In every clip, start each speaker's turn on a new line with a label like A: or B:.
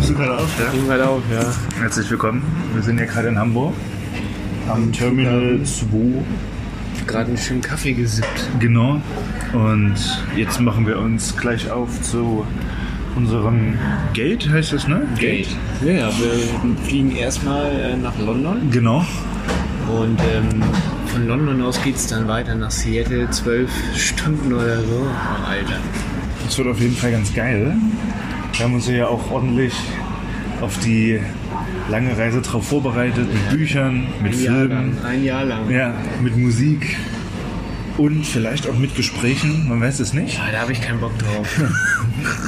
A: Nehmen wir auf, halt ja.
B: Herzlich willkommen. Wir sind ja gerade in Hamburg. Am Terminal 2.
A: Gerade einen schönen Kaffee gesippt.
B: Genau. Und jetzt machen wir uns gleich auf zu unserem Gate, heißt das, ne?
A: Ja, ja, wir fliegen erstmal äh, nach London
B: Genau.
A: und ähm, von London aus geht es dann weiter nach Seattle, zwölf Stunden oder so. Oh, Alter.
B: Das wird auf jeden Fall ganz geil. Wir haben uns ja auch ordentlich auf die lange Reise drauf vorbereitet. Mit Büchern, mit
A: Ein Jahr
B: Filmen,
A: lang. Ein Jahr lang.
B: ja, mit Musik. Und vielleicht auch mit Gesprächen, man weiß es nicht.
A: Ah, da habe ich keinen Bock drauf.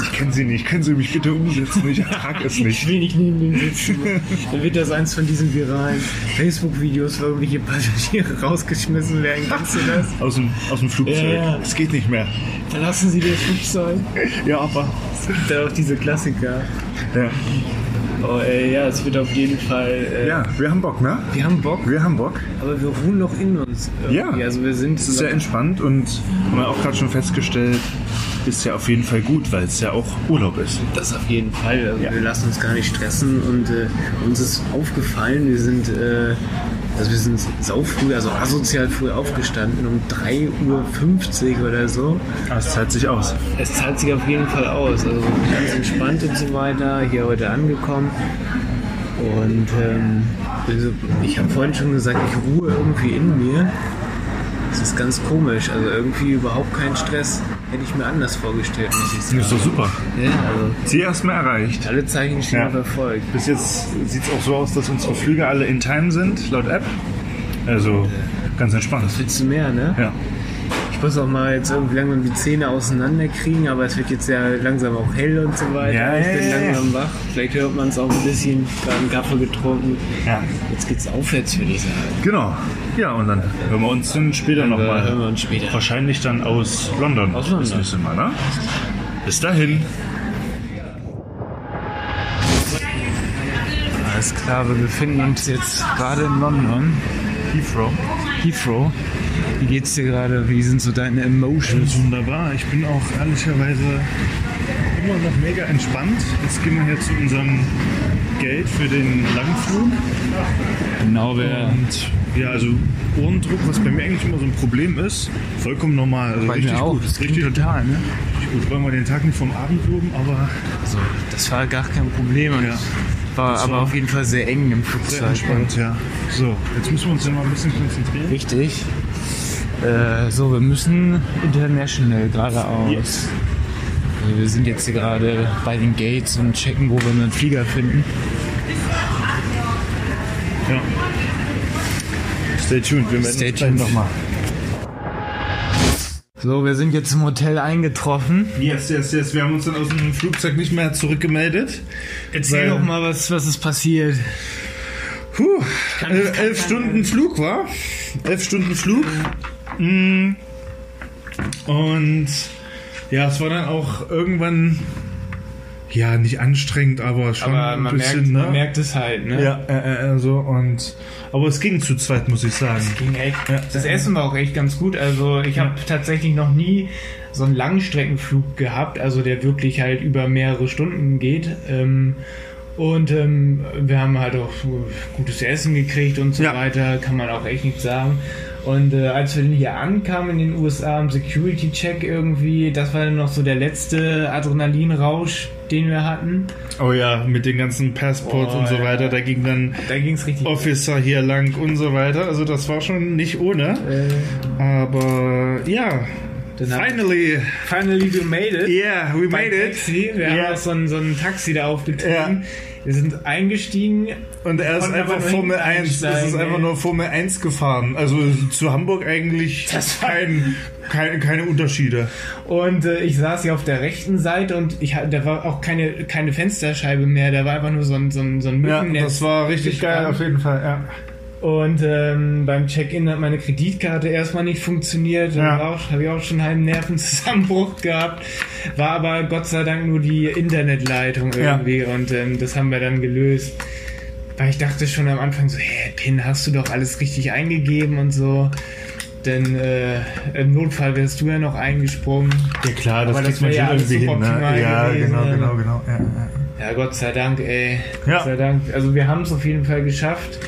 B: Ich kenne sie nicht. Können Sie mich bitte umsetzen? Ich ertrag es
A: Ich
B: nicht.
A: will nicht neben dem sitzen. Dann wird das eins von diesen viralen Facebook-Videos, wo irgendwelche Passagiere rausgeschmissen werden. Kennst du das?
B: Aus dem, aus dem Flugzeug.
A: Ja, ja.
B: Es geht nicht mehr.
A: Verlassen Sie das Flugzeug.
B: Ja, aber.
A: Es gibt da auch diese Klassiker.
B: Ja,
A: Oh, ey, ja, es wird auf jeden Fall. Äh,
B: ja wir haben Bock, ne?
A: Wir haben Bock,
B: Wir haben Bock.
A: aber wir ruhen noch in uns. irgendwie.
B: Ja.
A: Also wir sind
B: Es ist sehr entspannt und haben wir auch gerade schon festgestellt, ist ja auf jeden Fall gut, weil es ja auch Urlaub ist.
A: das auf jeden Fall. Also
B: Ja.
A: Wir lassen uns gar nicht stressen und äh, uns ist aufgefallen, wir sind. Äh, also wir sind sau früh, also asozial früh aufgestanden, um 3.50 Uhr oder so.
B: Aber Ah, es zahlt sich aus.
A: Es zahlt sich auf jeden Fall aus. Also ganz entspannt und so weiter, hier heute angekommen. Und ähm, also ich habe vorhin schon gesagt, ich ruhe irgendwie in mir. Das ist ganz komisch. Also irgendwie überhaupt kein Stress. Hätte ich mir anders vorgestellt, muss ich sagen.
B: Ist doch super.
A: Ja, also
B: Ziel erstmal erreicht.
A: alle Zeichen stehen
B: Ja.
A: auf Erfolg.
B: Bis jetzt sieht es auch so aus, dass unsere Flüge alle in Time sind, laut App. Also ganz entspannt.
A: Willst du mehr, ne?
B: Ja.
A: Ich muss auch mal jetzt irgendwie langsam die Zähne auseinanderkriegen, aber es wird jetzt ja langsam auch hell und so weiter.
B: Ja,
A: ich
B: ja,
A: bin
B: ja, ja.
A: langsam wach. Vielleicht hört man es auch ein bisschen. Gerade einen Kaffee getrunken.
B: ja.
A: Jetzt geht's aufwärts, würde ich sagen.
B: Genau. Ja, und dann hören wir uns dann später
A: Äh, hören wir
B: nochmal.
A: uns später.
B: Wahrscheinlich dann aus London.
A: Aus London.
B: Das nächste Mal, ne? Bis dahin.
A: Alles klar, wir befinden uns jetzt gerade in London.
B: Heathrow.
A: Heathrow. Wie geht's dir gerade? Wie sind so deine Emotions?
B: Ist wunderbar. Ich bin auch ehrlicherweise immer noch mega entspannt. Jetzt gehen wir hier zu unserem Geld für den Langflug.
A: Genau, wir,
B: Und ja, also Ohrendruck, was bei mir eigentlich immer so ein Problem ist, vollkommen normal. Also
A: bei
B: richtig
A: mir auch.
B: gut.
A: Das klingt
B: richtig,
A: total, ne?
B: richtig gut. Wollen wir den Tag nicht vom Abend loben, aber
A: Also, das war gar kein Problem. Und
B: Ja.
A: War aber
B: war-
A: auf jeden Fall sehr eng
B: sehr
A: im Flugzeug.
B: entspannt, ja. So, jetzt müssen wir uns ja mal ein bisschen konzentrieren.
A: Richtig. Äh, so, wir müssen international geradeaus.
B: Yes.
A: Also wir sind jetzt hier gerade bei den Gates und checken, wo wir einen Flieger finden.
B: Ja. Stay tuned, wir melden
A: Stay
B: uns gleich
A: tuned.
B: nochmal.
A: So, wir sind jetzt im Hotel eingetroffen.
B: Yes, yes, yes. Wir haben uns dann aus dem Flugzeug nicht mehr zurückgemeldet.
A: Erzähl
B: Weil-
A: doch mal, was, was ist passiert.
B: Puh, elf, elf Stunden Flug war. Elf Stunden Flug. Mm. Und ja, es war dann auch irgendwann, ja, nicht anstrengend, aber schon
A: Aber man,
B: ein bisschen,
A: merkt,
B: ne?
A: man merkt es halt, ne?
B: ja, äh, äh, äh, so und aber es ging zu zweit, muss ich sagen.
A: Ging echt.
B: Ja.
A: Das Essen war auch echt ganz gut. Also ich habe tatsächlich noch nie so einen Langstreckenflug gehabt, also der wirklich halt über mehrere Stunden geht. Ähm, und ähm, wir haben halt auch gutes Essen gekriegt und so
B: Ja.
A: weiter, kann man auch echt nichts sagen. Und äh, als wir hier ankamen in den USA am Security-Check irgendwie, das war dann noch so der letzte Adrenalinrausch, den wir hatten.
B: Oh ja, mit den ganzen Passports
A: Oh,
B: und so
A: ja.
B: weiter, da ging dann
A: Da ging es richtig.
B: Officer hier lang und so weiter. Also das war schon nicht ohne.
A: Äh,
B: Aber ja,
A: dann haben-
B: finally,
A: finally we made it.
B: yeah, we
A: Beim
B: made it.
A: Taxi. Wir
B: Ja.
A: haben auch so ein, so ein Taxi da aufgetrieben. Wir sind eingestiegen.
B: Und er ist
A: Konnten aber
B: einfach
A: nur
B: Formel
A: hinten
B: 1. Es ist
A: einsteigen,
B: einfach
A: ey.
B: nur Formel 1 gefahren. Also zu Hamburg eigentlich
A: Das war-
B: kein, kein, keine Unterschiede.
A: Und äh, ich saß hier auf der rechten Seite und ich, ha- da war auch keine, keine Fensterscheibe mehr. Da war einfach nur so ein, so ein, so ein
B: Ja,
A: Mückennetz.
B: das war richtig geil,
A: gespannt.
B: auf jeden Fall. Ja.
A: Und ähm, beim Check-in hat meine Kreditkarte erstmal nicht funktioniert.
B: Ja.
A: Ja. Habe ich auch schon einen halben Nervenzusammenbruch gehabt. War aber Gott sei Dank nur die Internetleitung
B: Ja.
A: irgendwie. Und ähm, das haben wir dann gelöst. Weil ich dachte schon am Anfang so, hä, PIN, hast du doch alles richtig eingegeben und so. Denn äh, im Notfall wärst du ja noch eingesprungen.
B: Ja klar,
A: das kriegt man schon irgendwie hin, ne?
B: Ja,
A: Ja,
B: genau,
A: genau,
B: genau,
A: genau,
B: genau. Ja,
A: Ja, Gott sei Dank, ey. Gott
B: Ja.
A: sei Dank. Also wir haben es auf jeden Fall geschafft.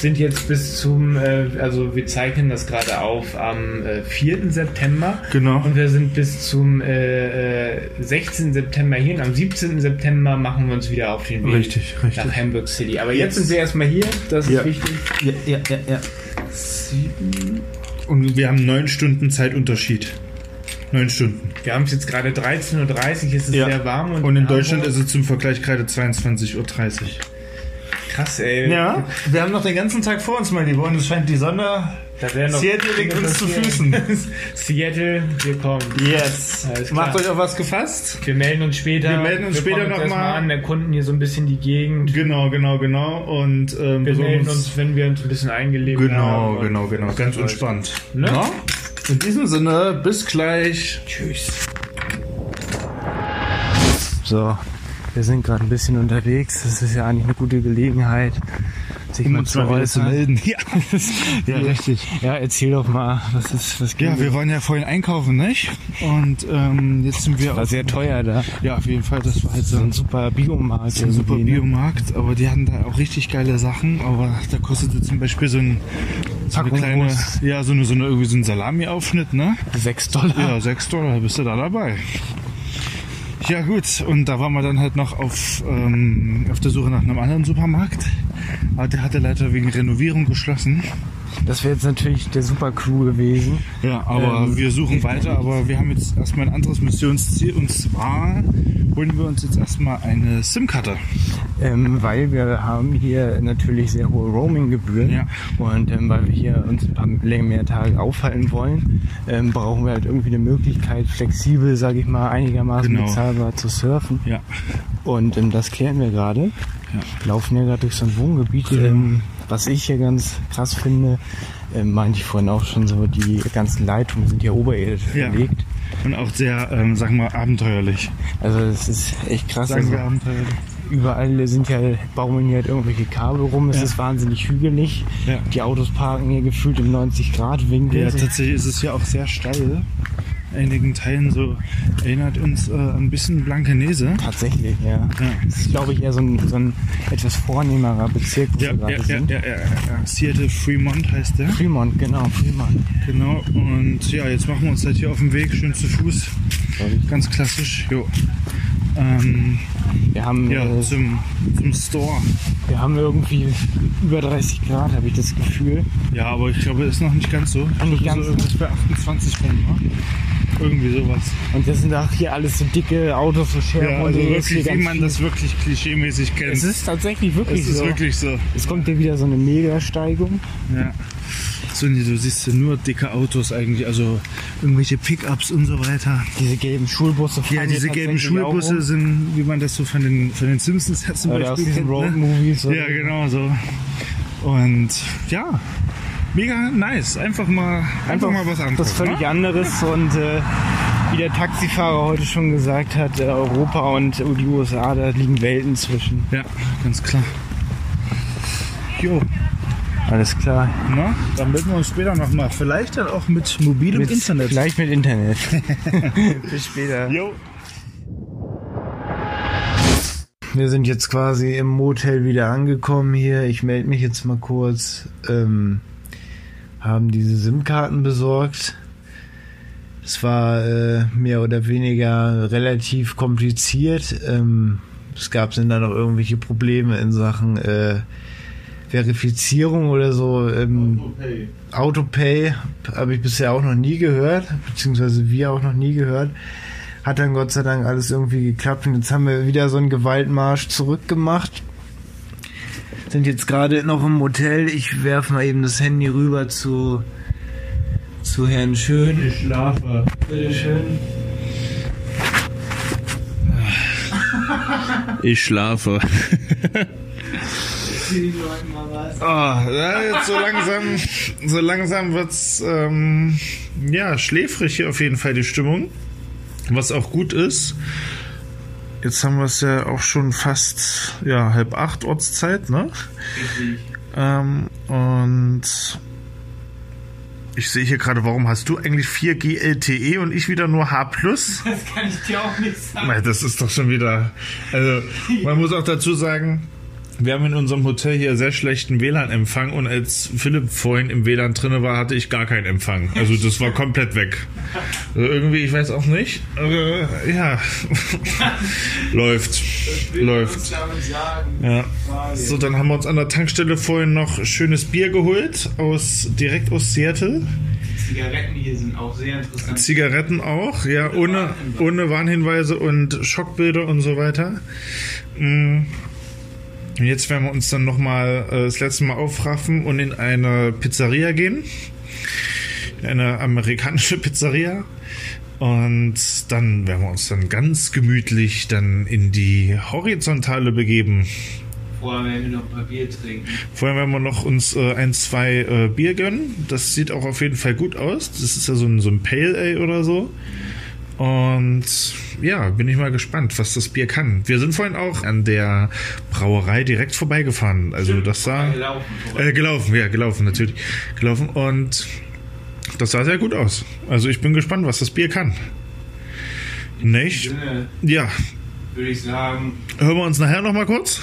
A: Sind jetzt bis zum, äh, also wir zeichnen das gerade auf am äh, 4. September.
B: Genau.
A: Und wir sind bis zum äh, äh, 16. September hier und am 17. September machen wir uns wieder auf den Weg
B: Richtig, richtig.
A: nach Hamburg City. Aber
B: Yes.
A: jetzt sind wir erstmal hier, das ist
B: Ja.
A: wichtig.
B: Ja, ja, ja, ja. Und wir haben neun Stunden Zeitunterschied. Neun Stunden.
A: Wir haben es jetzt gerade 13.30 Uhr, es ist
B: Ja.
A: sehr warm. Und,
B: Und in
A: Hamburg-
B: Deutschland ist es zum Vergleich gerade 22.30 Uhr.
A: Krass, ey.
B: Ja, Äh, wir haben noch den ganzen Tag vor uns, mein Lieber, und es scheint die Sonne.
A: Da werden noch
B: Seattle liegt
A: Dinge
B: uns zu
A: passieren.
B: Füßen.
A: Seattle, wir kommen.
B: Yes.
A: Alles klar.
B: Macht euch auf was gefasst.
A: Wir melden uns später.
B: Wir melden uns später
A: kommen jetzt
B: noch
A: erstmal
B: mal.
A: an, erkunden hier so ein bisschen die Gegend.
B: Genau, genau, genau. Und ähm,
A: Wir
B: besuchen
A: melden uns, wenn wir uns ein bisschen eingelebt haben.
B: Genau,
A: und-
B: genau, genau. Ganz entspannt.
A: Ne?
B: Ja? In diesem Sinne, bis gleich.
A: Tschüss.
C: So, wir sind gerade ein bisschen unterwegs. Das ist ja eigentlich eine gute Gelegenheit, sich mal zu äußern.
B: Ja. ja, richtig.
C: Ja, erzähl doch mal, was ist, was
B: Ja,
C: geht?
B: wir waren ja vorhin einkaufen, nicht? Und ähm, jetzt sind wir
C: war
B: auf-
C: sehr teuer da.
B: Ja, auf jeden Fall, das war halt
C: So
B: so
C: ein
B: ein
C: super Biomarkt.
B: so ein super
C: irgendwie, ne?
B: Biomarkt, aber die hatten da auch richtig geile Sachen, aber da kostete zum Beispiel so ein so eine
C: Packung
B: kleine,
C: Wurst.
B: ja, so eine, so eine, irgendwie so ein Salami-Aufschnitt, ne?
C: Sechs Dollar.
B: Ja, 6 Dollar, bist du da dabei. Ja gut, und da waren wir dann halt noch auf, ähm, auf der Suche nach einem anderen Supermarkt. Aber der hatte leider wegen Renovierung geschlossen.
C: Das wäre jetzt natürlich der super Clou gewesen.
B: Ja, aber
C: Ähm,
B: wir suchen weiter, aber wir haben jetzt erstmal ein anderes Missionsziel und zwar holen wir uns jetzt erstmal eine SIM-Karte.
C: Ähm, weil wir haben hier natürlich sehr hohe Roaming-Gebühren
B: Ja.
C: und ähm, weil wir hier uns ein paar länger mehr Tage aufhalten wollen, ähm, brauchen wir halt irgendwie eine Möglichkeit, flexibel, sage ich mal, einigermaßen
B: Genau.
C: bezahlbar zu surfen.
B: Ja.
C: Und ähm, das klären wir gerade. Laufen ja gerade durch so ein Wohngebiet, ähm, was ich hier ganz krass finde, ähm, meinte ich vorhin auch schon so, die ganzen Leitungen sind hier oberirdisch
B: Ja.
C: verlegt.
B: Und auch sehr, ähm, sagen wir, abenteuerlich.
C: Also das ist echt krass.
B: Sagen
C: Also,
B: wir abenteuerlich.
C: überall sind ja, baumeln hier halt irgendwelche Kabel rum, es
B: Ja.
C: ist wahnsinnig hügelig.
B: Ja.
C: Die Autos parken hier gefühlt im 90-Grad-Winkel.
B: Ja, tatsächlich ist es ja auch sehr steil. In einigen Teilen so erinnert uns äh, ein bisschen Blankenese.
C: Tatsächlich, ja.
B: Ja.
C: Das ist, glaube ich, eher so ein, so ein etwas vornehmerer Bezirk, wo
B: Ja,
C: wir gerade
B: ja, ja,
C: sind.
B: ja, ja, ja. Seattle Fremont heißt der.
C: Fremont, genau, Fremont.
B: Genau. Und ja, jetzt machen wir uns halt hier auf den Weg, schön zu Fuß. Ganz klassisch. Jo. Ähm,
C: Wir haben
B: ja,
C: äh,
B: zum, zum Store.
C: Wir haben irgendwie über 30 Grad, habe ich das Gefühl.
B: Ja, aber ich glaube, ist noch nicht ganz so.
C: nicht
B: Ich glaube,
C: ganz,
B: so irgendwas bei 28 rum, ne? Irgendwie sowas.
C: Und das sind auch hier alles so dicke Autos, so Scherben.
B: Ja,
C: und
B: also
C: hier ist
B: wirklich,
C: hier
B: wie
C: ganz
B: man
C: viel-
B: das wirklich klischeemäßig kennt.
C: Es ist tatsächlich wirklich
B: es ist
C: so.
B: wirklich so.
C: Es kommt hier wieder so eine Megasteigung.
B: Ja. So, nee, du siehst ja nur dicke Autos eigentlich, also irgendwelche Pickups und so weiter.
C: Diese gelben Schulbusse fahren
B: Ja, diese
C: hier
B: gelben
C: tatsächlich auch
B: Schulbusse
C: rum.
B: sind, wie man das so von den, von den Simpsons ja zum
C: Oder aus
B: Beispiel
C: diesen
B: kennt. Ne?
C: Road-Movies. oder-
B: Ja, genau so. Und ja, mega nice. Einfach mal, einfach, mal was anderes.
C: Was völlig
B: ne?
C: anderes und äh, wie der Taxifahrer heute schon gesagt hat, äh, Europa und die USA, da liegen Welten zwischen.
B: Ja, ganz klar. Jo,
C: Alles klar.
B: na, dann melden wir uns später nochmal. Vielleicht dann auch mit mobilem
C: Mit-
B: Internet.
C: Gleich mit Internet. Bis später.
B: Jo.
A: Wir sind jetzt quasi im Motel wieder angekommen hier. Ich melde mich jetzt mal kurz. Ähm, haben diese SIM-Karten besorgt. Es war äh, mehr oder weniger relativ kompliziert. Ähm, es gab dann da noch irgendwelche Probleme in Sachen äh, Verifizierung oder so. Ähm, Autopay habe ich bisher auch noch nie gehört, beziehungsweise wir auch noch nie gehört. Hat dann Gott sei Dank alles irgendwie geklappt und jetzt haben wir wieder so einen Gewaltmarsch zurückgemacht. Sind jetzt gerade noch im Hotel. Ich werfe mal eben das Handy rüber zu, zu Herrn Schön.
B: Ich schlafe.
A: Bitteschön.
D: Ich schlafe.
B: Ah, ja, jetzt so langsam, so langsam wird's ähm, ja schläfrig hier auf jeden Fall die Stimmung, was auch gut ist. Jetzt haben wir es ja auch schon fast ja halb acht Ortszeit, ne? Ähm, und ich sehe hier gerade, warum hast du eigentlich 4G LTE E und ich wieder nur H+.
E: Das kann ich dir auch nicht sagen.
B: Na, Das ist doch schon wieder. Also, man muss auch dazu sagen, wir haben in unserem Hotel hier sehr schlechten WLAN-Empfang und als Philipp vorhin im WLAN drinne war, hatte ich gar keinen Empfang. Also, das war komplett weg. Also irgendwie, ich weiß auch nicht. Aber, ja. Läuft. Läuft. Ja. So, dann haben wir uns an der Tankstelle vorhin noch schönes Bier geholt, aus, direkt aus Seattle.
E: Zigaretten hier sind auch sehr interessant.
B: Zigaretten auch, ja, ohne, ohne Warnhinweise und Schockbilder und so weiter. Mm. Und Jetzt werden wir uns dann nochmal äh, das letzte Mal aufraffen und in eine Pizzeria gehen. In eine amerikanische Pizzeria. Und dann werden wir uns dann ganz gemütlich dann in die Horizontale begeben.
E: Vorher werden wir noch ein paar Bier trinken.
B: Vorher werden wir noch uns äh, ein, zwei äh, Bier gönnen. Das sieht auch auf jeden Fall gut aus. Das ist ja so ein, so ein Pale Ale oder so. Und ja, bin ich mal gespannt, was das Bier kann. Wir sind vorhin auch an der Brauerei direkt vorbeigefahren. Also das sah...
E: Laufen vorbei.
B: Äh, gelaufen, ja, gelaufen, natürlich. Gelaufen und das sah sehr gut aus. Also ich bin gespannt, was das Bier kann. Nicht?
E: In dem Sinne
B: Ja,
E: würde ich sagen,
B: hören wir uns nachher nochmal kurz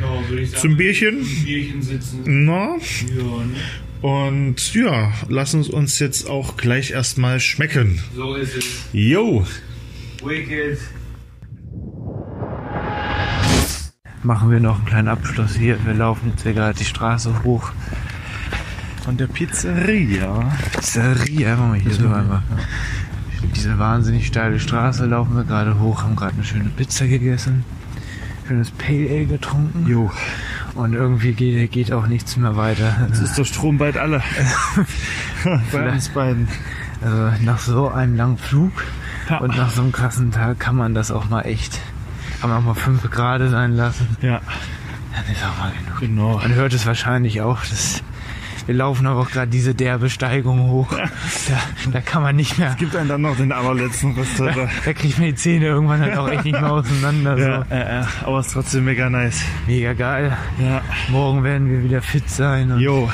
E: ja, würde ich sagen,
B: zum Bierchen.
E: zum Bierchen sitzen.
B: Na,
E: Ja, ne?
B: Und ja, lassen es uns jetzt auch gleich erstmal schmecken.
E: So ist es.
B: Yo!
E: Wicked.
A: machen wir noch einen kleinen Abschluss hier. Wir laufen jetzt hier gerade die Straße hoch. Und der Pizzeria. Pizzeria, machen wir hier so einmal. Diese wahnsinnig steile Straße laufen wir gerade hoch, haben gerade eine schöne Pizza gegessen, schönes Pale Ale getrunken.
D: Jo,
A: Und irgendwie geht, geht auch nichts mehr weiter.
D: jetzt ist der Strom bald alle. Bei uns beiden.
A: Also nach so einem langen Flug und nach so einem krassen Tag kann man das auch mal echt, kann man auch mal 5 Grad sein lassen.
D: Ja,
A: Dann ist auch mal genug.
D: genau.
A: Man hört es wahrscheinlich auch. Das, wir laufen aber auch gerade diese derbe Steigung hoch. Da, da kann man nicht mehr.
D: Gibt einen dann noch den allerletzten Rest.
A: Da, da kriegt man die Zähne irgendwann halt auch echt nicht mehr auseinander.
D: Ja,
A: So.
D: äh, äh, aber ist trotzdem mega nice.
A: Mega geil.
D: Ja,
A: Morgen werden wir wieder fit sein. Und
D: jo.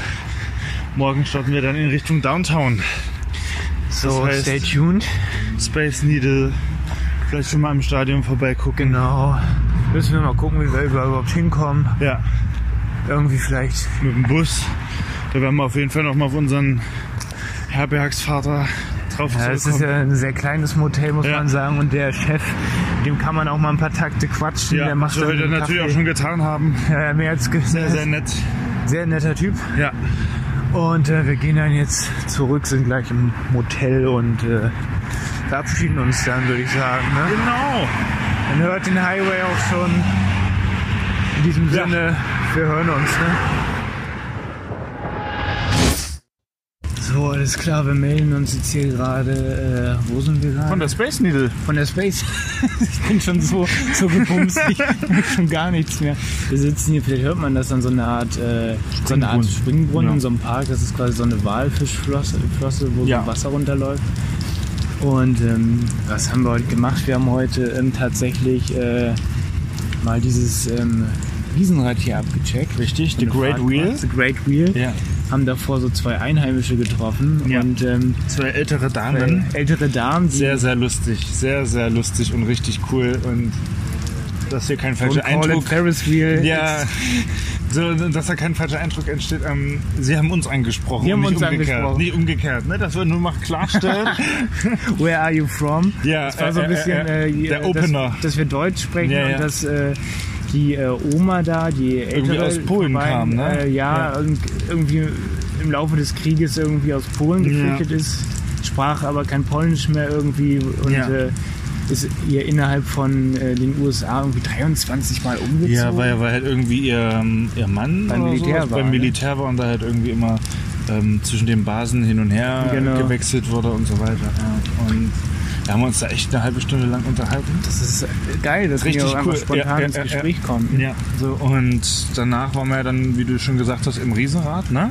D: Morgen starten wir dann in Richtung Downtown.
A: so,
D: das heißt-
A: stay tuned.
D: Space Needle. Vielleicht schon mal im Stadion vorbeigucken.
A: Genau. Müssen wir mal gucken, wie wir überall überhaupt hinkommen.
D: Ja,
A: Irgendwie vielleicht.
D: mit dem Bus. Da werden wir auf jeden Fall nochmal auf unseren Herbergsvater drauf
A: Ja, es ist
D: zurückkommen.
A: ja ein sehr kleines Motel, muss
D: Ja.
A: man sagen. Und der Chef, mit dem kann man auch mal ein paar Takte quatschen.
D: ja,
A: der
D: was
A: macht
D: wir
A: dann
D: heute
A: einen
D: natürlich auch
A: Kaffee.
D: schon getan haben.
A: Ja, mehr als ge-
D: Sehr, sehr nett.
A: sehr netter Typ.
D: Ja,
A: Und äh, wir gehen dann jetzt zurück, sind gleich im Motel und äh, verabschieden uns dann, würde ich sagen. Ne?
D: genau.
A: Man hört den Highway auch schon. In diesem
D: Ja.
A: Sinne, wir hören uns. Ne? So, alles klar, wir melden uns jetzt hier gerade. Äh, wo sind wir gerade?
D: Von der Space Needle.
A: Von der Space. ich bin schon so, so gebumst, ich merke schon gar nichts mehr. Wir sitzen hier, vielleicht hört man das dann so eine Art, äh, so eine Art
D: Springbrunnen.
A: Springbrunnen
D: Ja.
A: in so einem Park. Das ist quasi so eine Walfischflosse, Flosse, wo
D: Ja.
A: so Wasser runterläuft. Und ähm, was haben wir heute gemacht? Wir haben heute ähm, tatsächlich äh, mal dieses ähm, Riesenrad hier abgecheckt.
D: Richtig, The
A: Eine
D: Great
A: Fahrt
D: Wheel.
A: gemacht, The Great Wheel.
D: Ja.
A: Haben davor so zwei Einheimische getroffen
D: Ja.
A: und ähm,
D: Zwei ältere Damen.
A: ältere Damen, die
D: Sehr, sehr lustig. Sehr, sehr lustig und richtig cool. Und dass hier kein falscher
A: Call it
D: Eindruck
A: Ferris Wheel.
D: Ja, so, dass da kein falscher Eindruck entsteht. Ähm, Sie haben uns angesprochen.
A: Sie haben
D: und nicht
A: uns
D: umgekehrt.
A: angesprochen.
D: Nicht umgekehrt, ne? Das wollen wir nur mal klarstellen.
A: Where are you from?
D: Ja,
A: das war so ein
D: äh,
A: bisschen
D: äh,
A: äh,
D: äh, der
A: dass-
D: Opener.
A: Dass, wir Deutsch sprechen
D: Ja, ja.
A: und dass äh, die äh, Oma da, die ältere
D: Irgendwie aus Polen
A: vorbei,
D: kam, ne?
A: Äh, ja, irgend- irgendwie im Laufe des Krieges irgendwie aus Polen geflüchtet ist, sprach aber kein Polnisch mehr irgendwie und
D: Ja.
A: äh, ist ihr innerhalb von äh, den USA irgendwie 23 Mal umgezogen.
B: Ja, weil, weil halt irgendwie ihr, ähm, ihr Mann
A: Beim
B: oder
A: Militär
B: sowas
A: war,
B: beim
A: ne?
B: Militär war und da halt irgendwie immer ähm, zwischen den Basen hin und her
A: Genau.
B: gewechselt wurde und so weiter. Ja. Und da haben wir uns da echt eine halbe Stunde lang unterhalten.
A: Das ist geil, dass
B: Richtig
A: wir auch
B: cool.
A: einfach spontan
B: Ja, ja,
A: ins
B: ja, ja.
A: Gespräch kommen.
B: Ja, so und danach waren wir ja dann, wie du schon gesagt hast, im Riesenrad, ne?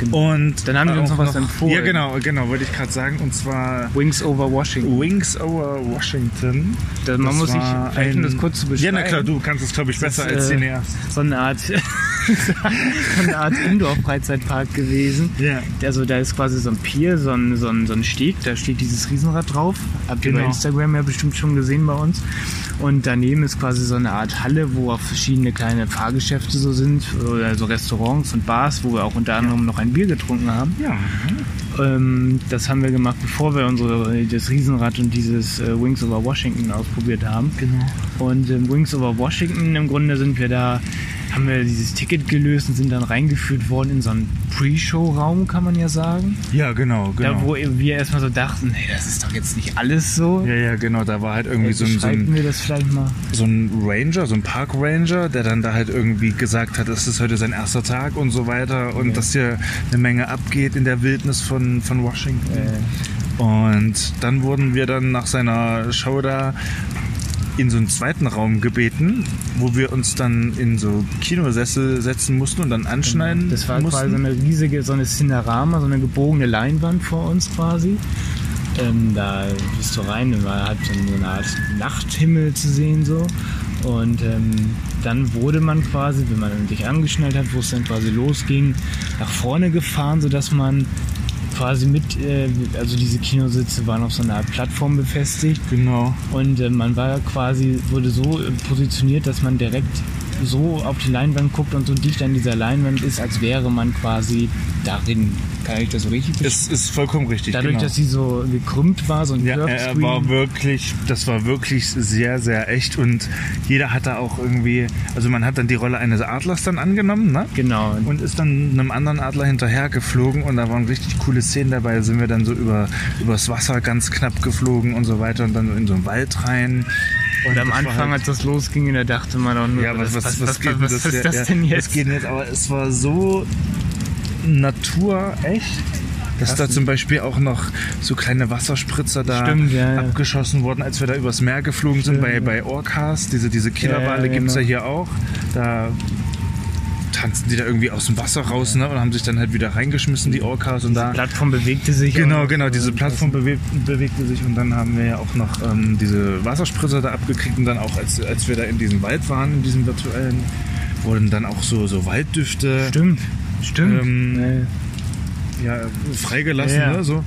A: Genau.
B: Und
A: Dann haben die uns
B: auch
A: noch was empfohlen.
B: Ja, genau, genau, wollte ich gerade sagen. Und zwar
A: Wings over Washington.
B: Wings over Washington.
A: Da- man
B: Das
A: muss sich,
B: war
A: vielleicht um
B: ein-
A: das kurz zu
B: Ja,
A: beschreiben,
B: na klar, du kannst es, glaube ich, besser
A: ist,
B: als
A: äh,
B: die näher.
A: so eine Art, so eine Art Indoor-Freizeitpark gewesen.
B: Ja.
A: Also da ist quasi so ein Pier, so ein, so ein, so ein Steg, da steht dieses Riesenrad drauf. Habt ihr bei
B: Genau.
A: Instagram ja bestimmt schon gesehen bei uns. Und daneben ist quasi so eine Art Halle, wo auch verschiedene kleine Fahrgeschäfte so sind, oder so Restaurants und Bars, wo wir auch unter anderem noch ein Bier getrunken haben.
B: Ja.
A: Ähm, das haben wir gemacht, bevor wir unsere, das Riesenrad und dieses äh, Wings over Washington ausprobiert haben. Genau. Und ähm, Wings over Washington im Grunde sind wir da, haben wir dieses Ticket gelöst und sind dann reingeführt worden in so einen Pre-Show-Raum, kann man ja sagen.
B: Ja, genau, genau.
A: Da, wo wir erstmal so dachten, hey, das ist doch jetzt nicht alles so.
B: ja, ja, genau, da war halt
A: Äh,
B: irgendwie so ein, so ein
A: Schreiben wir das vielleicht mal.
B: so ein Ranger, so ein Park Ranger, der dann da halt irgendwie gesagt hat, es ist heute sein erster Tag und so weiter und dass hier eine Menge abgeht in der Wildnis von, von Washington. Und dann wurden wir dann nach seiner Show da in so einen zweiten Raum gebeten, wo wir uns dann in so Kinosessel setzen mussten und dann anschneiden
A: Genau. Das war
B: mussten.
A: quasi so eine riesige, so eine Cinerama, so eine gebogene Leinwand vor uns quasi. Ähm, da bist du rein und war halt dann so eine Art Nachthimmel zu sehen so. Und ähm, dann wurde man quasi, wenn man sich angeschnallt hat, wo es dann quasi losging, nach vorne gefahren, sodass man quasi mit, äh, also diese Kinositze waren auf so einer Art Plattform befestigt
B: genau.
A: und äh, man war quasi, wurde so äh, positioniert, dass man direkt so auf die Leinwand guckt und so dicht an dieser Leinwand ist, als wäre man quasi darin. Kann ich das so richtig beschreiben?
B: Es ist vollkommen richtig.
A: Dadurch,
B: genau.
A: dass sie so gekrümmt war, so ein
B: Ja,
A: Curved
B: er
A: Screen.
B: war wirklich, das war wirklich sehr, sehr echt und jeder hat da auch irgendwie, also man hat dann die Rolle eines Adlers dann angenommen, ne?
A: Genau.
B: Und ist dann einem anderen Adler hinterher geflogen und da waren richtig coole Szenen dabei, sind wir dann so über, übers Wasser ganz knapp geflogen und so weiter und dann in so einen Wald rein.
A: Und
B: das
A: am
B: war
A: Anfang,
B: halt-
A: als das losging, da dachte man auch nur,
B: ja, was, was, was, geht denn
A: was,
B: das,
A: ist
B: hier?
A: das
B: ja,
A: denn jetzt?
B: Das geht jetzt, aber es war so naturecht, dass da zum Beispiel auch noch so kleine Wasserspritzer da
A: Stimmt, ja, ja.
B: abgeschossen wurden, als wir da übers Meer geflogen sind bei, bei Orcas. Diese, diese Killerwale
A: Ja, ja,
B: gibt es ja
A: genau.
B: hier auch. Da tanzen die da irgendwie aus dem Wasser raus ne, und haben sich dann halt wieder reingeschmissen, die Orcas. Und da
A: die Plattform bewegte sich.
B: Genau,
A: auch.
B: genau. Diese Plattform bewe bewegte sich und dann haben wir ja auch noch ähm, diese Wasserspritzer da abgekriegt und dann auch, als, als wir da in diesem Wald waren, in diesem virtuellen, wurden dann auch so, so Walddüfte
A: Stimmt, stimmt.
B: Ähm,
A: Äh,
B: ja, freigelassen.
A: Ja, ja.
B: Ne, so.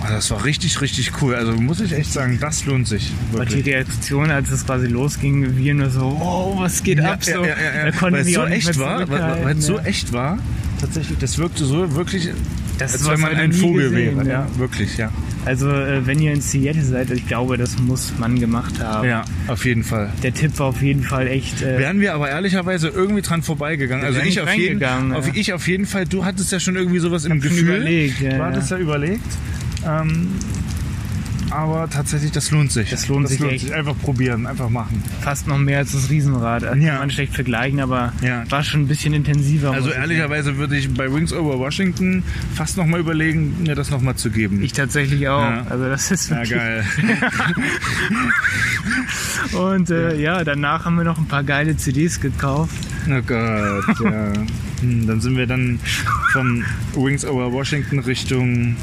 B: Ah, das war richtig, richtig cool. Also muss ich echt sagen, das lohnt sich.
A: aber die
B: Wirklich.
A: Reaktion, als es quasi losging, wir nur so, wow, was geht ab? So, Da konnten
B: Weil es
A: wir
B: so
A: auch nicht
B: echt
A: mehr
B: war, weil
A: zurückhalten, ne?
B: weil es so
A: ja.
B: echt war, tatsächlich, das wirkte so wirklich,
A: Das
B: als
A: ist
B: wenn
A: was
B: man
A: wir
B: ein
A: noch nie
B: Vogel
A: gesehen,
B: wäre.
A: ja.
B: Ja. wirklich, ja.
A: Also, äh, wenn ihr in Seattle seid, ich glaube, das muss man gemacht haben.
B: Ja, auf jeden Fall.
A: Der Tipp war auf jeden Fall echt. Äh,
B: Wären wir aber ehrlicherweise irgendwie dran vorbeigegangen. Also
A: wären
B: ich
A: nicht
B: auf, jeden,
A: reingegangen,
B: auf,
A: ja.
B: ich auf jeden Fall. Du hattest ja schon irgendwie sowas im
A: schon
B: Gefühl.
A: überlegt, ja,
B: du hattest ja, überlegt. Ähm, aber tatsächlich, das lohnt sich.
A: Das lohnt sich echt.
B: Einfach probieren, einfach machen.
A: fast noch mehr als das Riesenrad. Also
B: Ja.
A: Kann man schlecht vergleichen, aber
B: Ja.
A: war schon ein bisschen intensiver.
B: Also
A: muss ich sagen.
B: ehrlicherweise würde ich bei Wings Over Washington fast nochmal überlegen, mir das nochmal zu geben.
A: Ich tatsächlich auch.
B: Ja.
A: Also, das ist
B: ja,
A: wirklich.
B: geil.
A: Und äh, ja. danach haben wir noch ein paar geile CDs gekauft.
B: Oh Gott, ja. Hm, dann sind wir dann vom Wings Over Washington Richtung,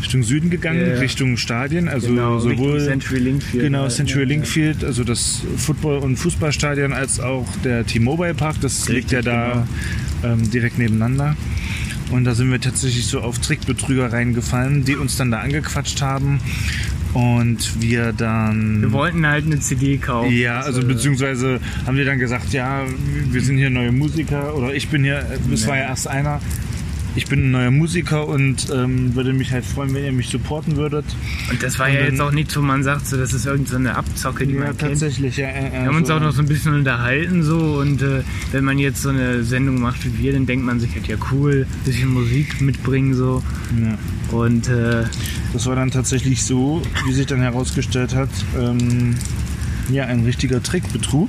B: Richtung Süden gegangen,
A: Ja, ja.
B: Richtung Stadien. Also
A: Richtung
B: sowohl
A: Century Linkfield.
B: Genau,
A: Ja,
B: Century
A: ja, ja.
B: Linkfield, also das Football- und Fußballstadion, als auch der T-Mobile Park, das liegt ja da
A: genau.
B: ähm, direkt nebeneinander. Und da sind wir tatsächlich so auf Trickbetrüger reingefallen, die uns dann da angequatscht haben. Und wir dann.
A: Wir wollten halt eine CD kaufen.
B: Ja, also
A: äh,
B: beziehungsweise haben äh, die dann gesagt, ja, wir sind hier neue Musiker oder ich bin hier, es war ja erst einer. ich bin ein neuer Musiker und ähm, würde mich halt freuen, wenn ihr mich supporten würdet.
A: Und das war ja
B: dann-
A: jetzt auch nicht so, man sagt so, das ist irgendeine so eine Abzocke, die
B: Ja,
A: man kennt.
B: tatsächlich. Ja, äh,
A: Wir haben uns auch noch so ein bisschen unterhalten so und äh, wenn man jetzt so eine Sendung macht wie wir, dann denkt man sich halt ja cool, bisschen Musik mitbringen so
B: Ja.
A: und äh,
B: Das war dann tatsächlich so, wie sich dann herausgestellt hat, ähm, ja, ein richtiger Trickbetrug.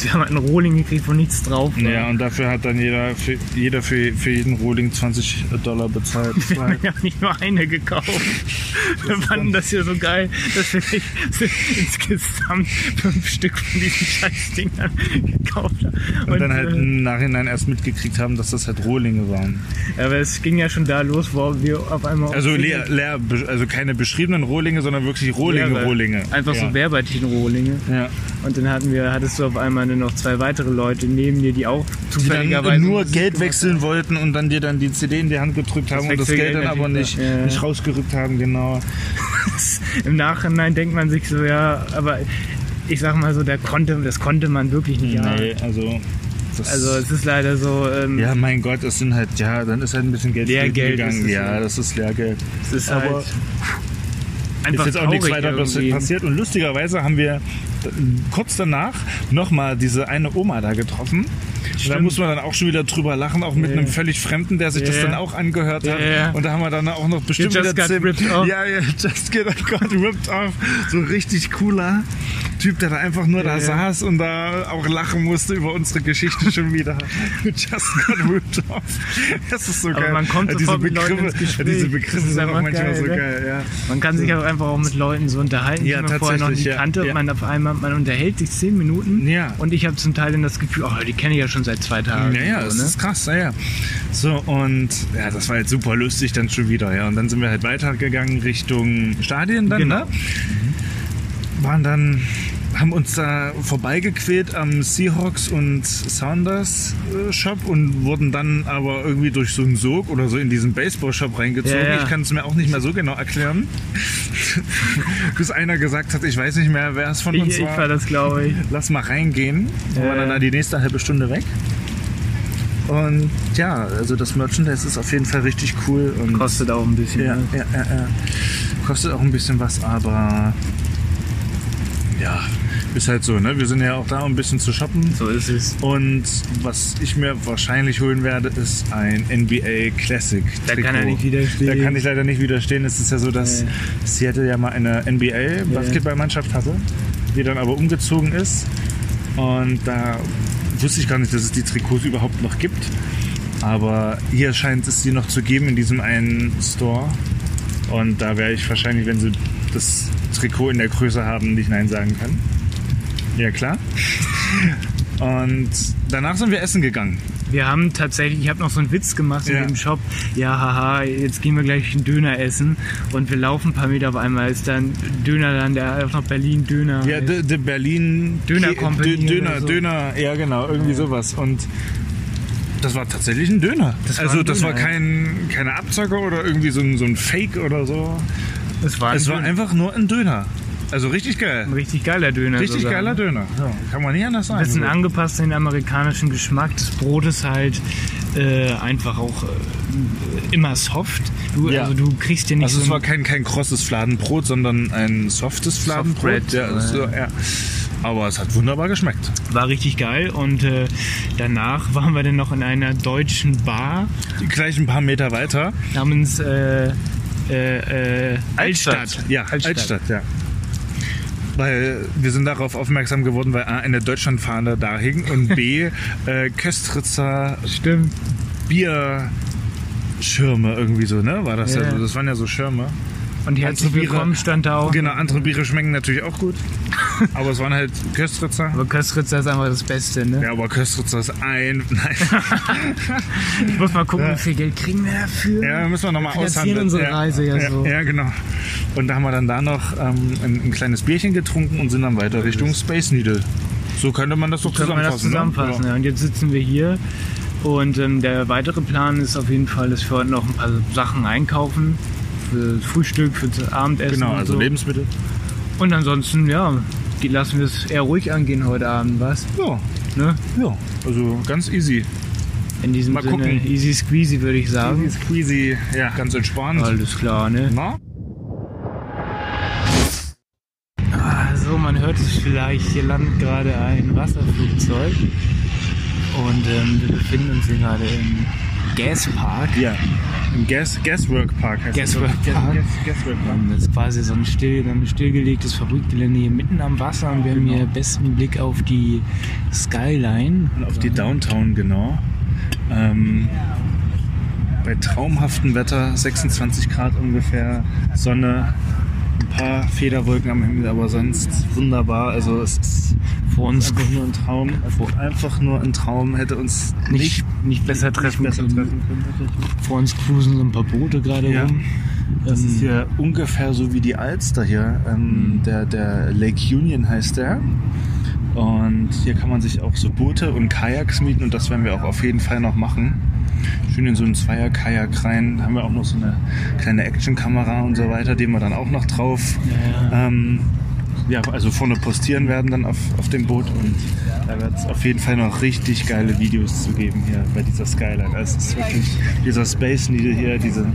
A: wir haben halt einen Rohling gekriegt, wo nichts drauf war.
B: Ja, und dafür hat dann jeder für, jeder für, für jeden Rohling 20 Dollar bezahlt. Das war halt-
A: Wir haben nicht nur eine gekauft. Wir fanden das hier so geil, dass wir nicht insgesamt fünf Stück von diesen Scheißdingern gekauft haben.
B: und dann halt
A: äh,
B: im Nachhinein erst mitgekriegt haben, dass das halt Rohlinge waren.
A: Aber es ging ja schon da los, wo wir auf einmal.
B: Also
A: auf-
B: leer, leer, be- also keine beschriebenen Rohlinge, sondern wirklich Rohlinge,
A: Werbe-
B: Rohlinge.
A: Einfach
B: ja.
A: so Werbeartikel-Rohlinge.
B: Ja.
A: Und dann hatten wir, hattest du auf einmal dann noch zwei weitere Leute neben dir, die auch
B: Die dann
A: zufälligerweise.
B: nur
A: Musik
B: Geld
A: gemacht
B: wechseln wollten und dann dir dann die CD in die Hand gedrückt haben und das Geld
A: Wechselgeld
B: dann aber
A: natürlich,
B: nicht,
A: ja.
B: nicht rausgerückt haben, genau.
A: haben. Im Nachhinein denkt man sich so, ja, aber ich sag mal so, da konnte, das konnte man wirklich nicht.
B: Nee, also. Das
A: Also es ist leider so, ähm,
B: Ja, mein Gott, es sind halt, ja, dann ist halt ein bisschen Geld flöten
A: Lehrgeld ist
B: gegangen.
A: es,
B: Ja,
A: ja.
B: das ist Lehrgeld.
A: es ist
B: aber
A: halt einfach
B: Ist jetzt auch nichts
A: traurig
B: weiter
A: irgendwie.
B: passiert. Und lustigerweise haben wir d- kurz danach nochmal diese eine Oma da getroffen. Und Da muss man dann auch schon wieder drüber lachen, auch mit einem völlig Fremden, der sich das
A: Ja.
B: dann auch angehört hat.
A: Ja.
B: Und da haben wir dann auch noch bestimmt
A: You just
B: wieder
A: got ripped off.
B: Ja, ja, just get, got ripped off. So ein richtig cooler Typ, der da einfach nur da saß und da auch lachen musste über unsere Geschichte schon wieder. You just got ripped off. Das ist so
A: Aber
B: geil.
A: man kommt
B: Ja, diese
A: sofort mit Leuten
B: Begriffe,
A: ins Gespräch.
B: ja, diese
A: Das
B: Begriffe
A: ist
B: sind auch
A: einfach
B: manchmal
A: geil,
B: so
A: ne?
B: geil. Ja.
A: Man kann sich auch einfach auch mit Leuten so unterhalten,
B: Ja,
A: die man vorher noch
B: tatsächlich,
A: nicht
B: ja.
A: kannte.
B: Ja.
A: Und man auf einmal, man unterhält sich zehn Minuten
B: Ja.
A: und ich habe zum Teil dann das Gefühl, oh, die kenne ich ja schon seit zwei Tagen.
B: Ja, ja,
A: so,
B: das
A: ne?
B: ist krass, ja, ja. So, und ja, das war halt super lustig dann schon wieder, ja. Und dann sind wir halt weitergegangen Richtung Stadien dann,
A: Genau.
B: ne? Mhm. Waren dann, haben uns da vorbeigequält am Seahawks und Sounders äh, Shop und wurden dann aber irgendwie durch so einen Sog oder so in diesen Baseball Shop reingezogen.
A: Ja, ja.
B: Ich kann es mir auch nicht mehr so genau erklären. Bis einer gesagt hat, ich weiß nicht mehr, wer es von
A: ich,
B: uns
A: ich war das, glaube ich.
B: lass mal reingehen. Da war
A: Ja.
B: dann da die nächste halbe Stunde weg. Und ja, also das Merchandise ist auf jeden Fall richtig cool. Und
A: Kostet auch ein bisschen.
B: ja,
A: ne?
B: ja, ja, ja. Kostet auch ein bisschen was, aber ja, ist halt so, ne? Wir sind ja auch da, um ein bisschen zu shoppen.
A: So ist es.
B: Und was ich mir wahrscheinlich holen werde, ist ein NBA Classic.
A: Da
B: Trikot.
A: kann er nicht widerstehen.
B: Da kann ich leider nicht widerstehen. Es ist ja so, dass
A: Ja.
B: Seattle ja mal eine NBA Basketballmannschaft hatte, die dann aber umgezogen ist. Und da wusste ich gar nicht, dass es die Trikots überhaupt noch gibt. Aber hier scheint es sie noch zu geben in diesem einen Store. Und da wäre ich wahrscheinlich, wenn sie das Trikot in der Größe haben, nicht Nein sagen kann. Ja, klar. Und danach sind wir essen gegangen.
A: Wir haben tatsächlich, ich habe noch so einen Witz gemacht
B: Ja.
A: in dem Shop. Ja, haha, jetzt gehen wir gleich einen Döner essen und wir laufen ein paar Meter auf einmal. Ist dann Dönerland, der heißt noch Berlin Döner.
B: Ja, de, de Berlin
A: Döner
B: Dö-
A: Company
B: Dö- Döner,
A: oder so.
B: Döner, ja genau, irgendwie sowas. Und das war tatsächlich ein Döner.
A: Das war
B: also
A: ein
B: das
A: Döner,
B: war kein, keine Abzocke oder irgendwie so ein, so ein Fake oder so.
A: es war, ein,
B: es war
A: Döner.
B: einfach nur ein Döner. Also richtig geil.
A: ein richtig geiler Döner.
B: Richtig
A: sogar.
B: geiler Döner. Also Ja, kann man nicht anders sagen.
A: Ein bisschen angepasst an den amerikanischen Geschmack. Das Brot ist halt äh, einfach auch äh, immer soft. Du,
B: Ja.
A: Also du kriegst dir nicht
B: also es
A: so
B: war
A: ein-
B: kein, kein krosses Fladenbrot, sondern ein softes Fladenbrot.
A: Softbread,
B: Ja,
A: äh.
B: so, ja. Aber es hat wunderbar geschmeckt.
A: war richtig geil. Und äh, danach waren wir dann noch in einer deutschen Bar
B: Gleich ein paar Meter weiter.
A: namens äh, äh, äh, Altstadt.
B: Ja, Altstadt. ja. Weil wir sind darauf aufmerksam geworden, weil A, eine Deutschlandfahne da hing und B, äh, Köstritzer
A: Stimmt.
B: Bierschirme irgendwie so, ne? War das ja,
A: Ja.
B: so. Das waren ja so Schirme.
A: Und herzlich
B: Andere Biere.
A: willkommen stand da auch.
B: Genau, andere Biere schmecken natürlich auch gut. Aber es waren halt Köstritzer.
A: Aber Köstritzer ist einfach das Beste, ne?
B: Ja, aber Köstritzer ist ein. Nein.
A: Ich muss mal gucken, wie viel Geld kriegen wir dafür.
B: Ja, müssen wir nochmal
A: Wir finanzieren
B: aushandeln.
A: unsere
B: ja,
A: Reise ja so.
B: Ja, genau. Und da haben wir dann da noch ähm, ein, ein kleines Bierchen getrunken und sind dann weiter Richtung Space Needle. So könnte man das doch
A: Können wir das
B: zusammenfassen.
A: zusammenfassen.
B: Ne?
A: Ja. Und jetzt sitzen wir hier. Und ähm, der weitere Plan ist auf jeden Fall, dass wir heute noch ein paar Sachen einkaufen. Für Frühstück, für das
B: Ja.
A: Abendessen.
B: Genau,
A: und
B: also
A: so.
B: Lebensmittel.
A: Und ansonsten, ja, die- lassen wir es eher ruhig angehen heute Abend, was?
B: Ja,
A: Ne?
B: ja. Also ganz easy.
A: In diesem
B: Mal
A: Sinne,
B: gucken.
A: easy squeezy würde ich sagen.
B: Easy squeezy, ja, ganz entspannt.
A: Alles klar, ne?
B: Na?
A: Also man hört es vielleicht, hier landet gerade ein Wasserflugzeug und ähm, wir befinden uns hier gerade im Gaspark.
B: Ja. Im Gas, Gaswork Park heißt
A: Gaswork
B: das.
A: Park.
B: Gas, Gaswork Park.
A: Das ist quasi so ein, still, ein stillgelegtes Fabrikgelände hier mitten am Wasser und wir haben hier besten Blick auf die
B: Genau.
A: Skyline.
B: Und auf die Downtown, genau. Ähm, bei traumhaftem Wetter, 26 Grad ungefähr, Sonne, ein paar Federwolken am Himmel, aber sonst wunderbar. Also es ist
A: Vor uns
B: einfach nur ein Traum. Es ist einfach nur ein Traum, hätte uns
A: nicht,
B: nicht,
A: nicht besser treffen
B: besser
A: können.
B: treffen können.
A: Vor uns cruisen so ein paar Boote gerade
B: Ja.
A: rum.
B: Das
A: Ähm,
B: ist ja ungefähr so wie die Alster hier. Ähm, der, der Lake Union heißt der. Und hier kann man sich auch so Boote und Kajaks mieten und das werden wir auch auf jeden Fall noch machen. Schön in so einen Zweier-Kajak rein. Da haben wir auch noch so eine kleine Actionkamera und so weiter, die wir dann auch noch drauf. Ähm, ja, also vorne postieren werden dann auf, auf dem Boot und da wird es auf jeden Fall noch richtig geile Videos zu geben hier bei dieser Skyline. Also es ist wirklich dieser Space Needle hier, diese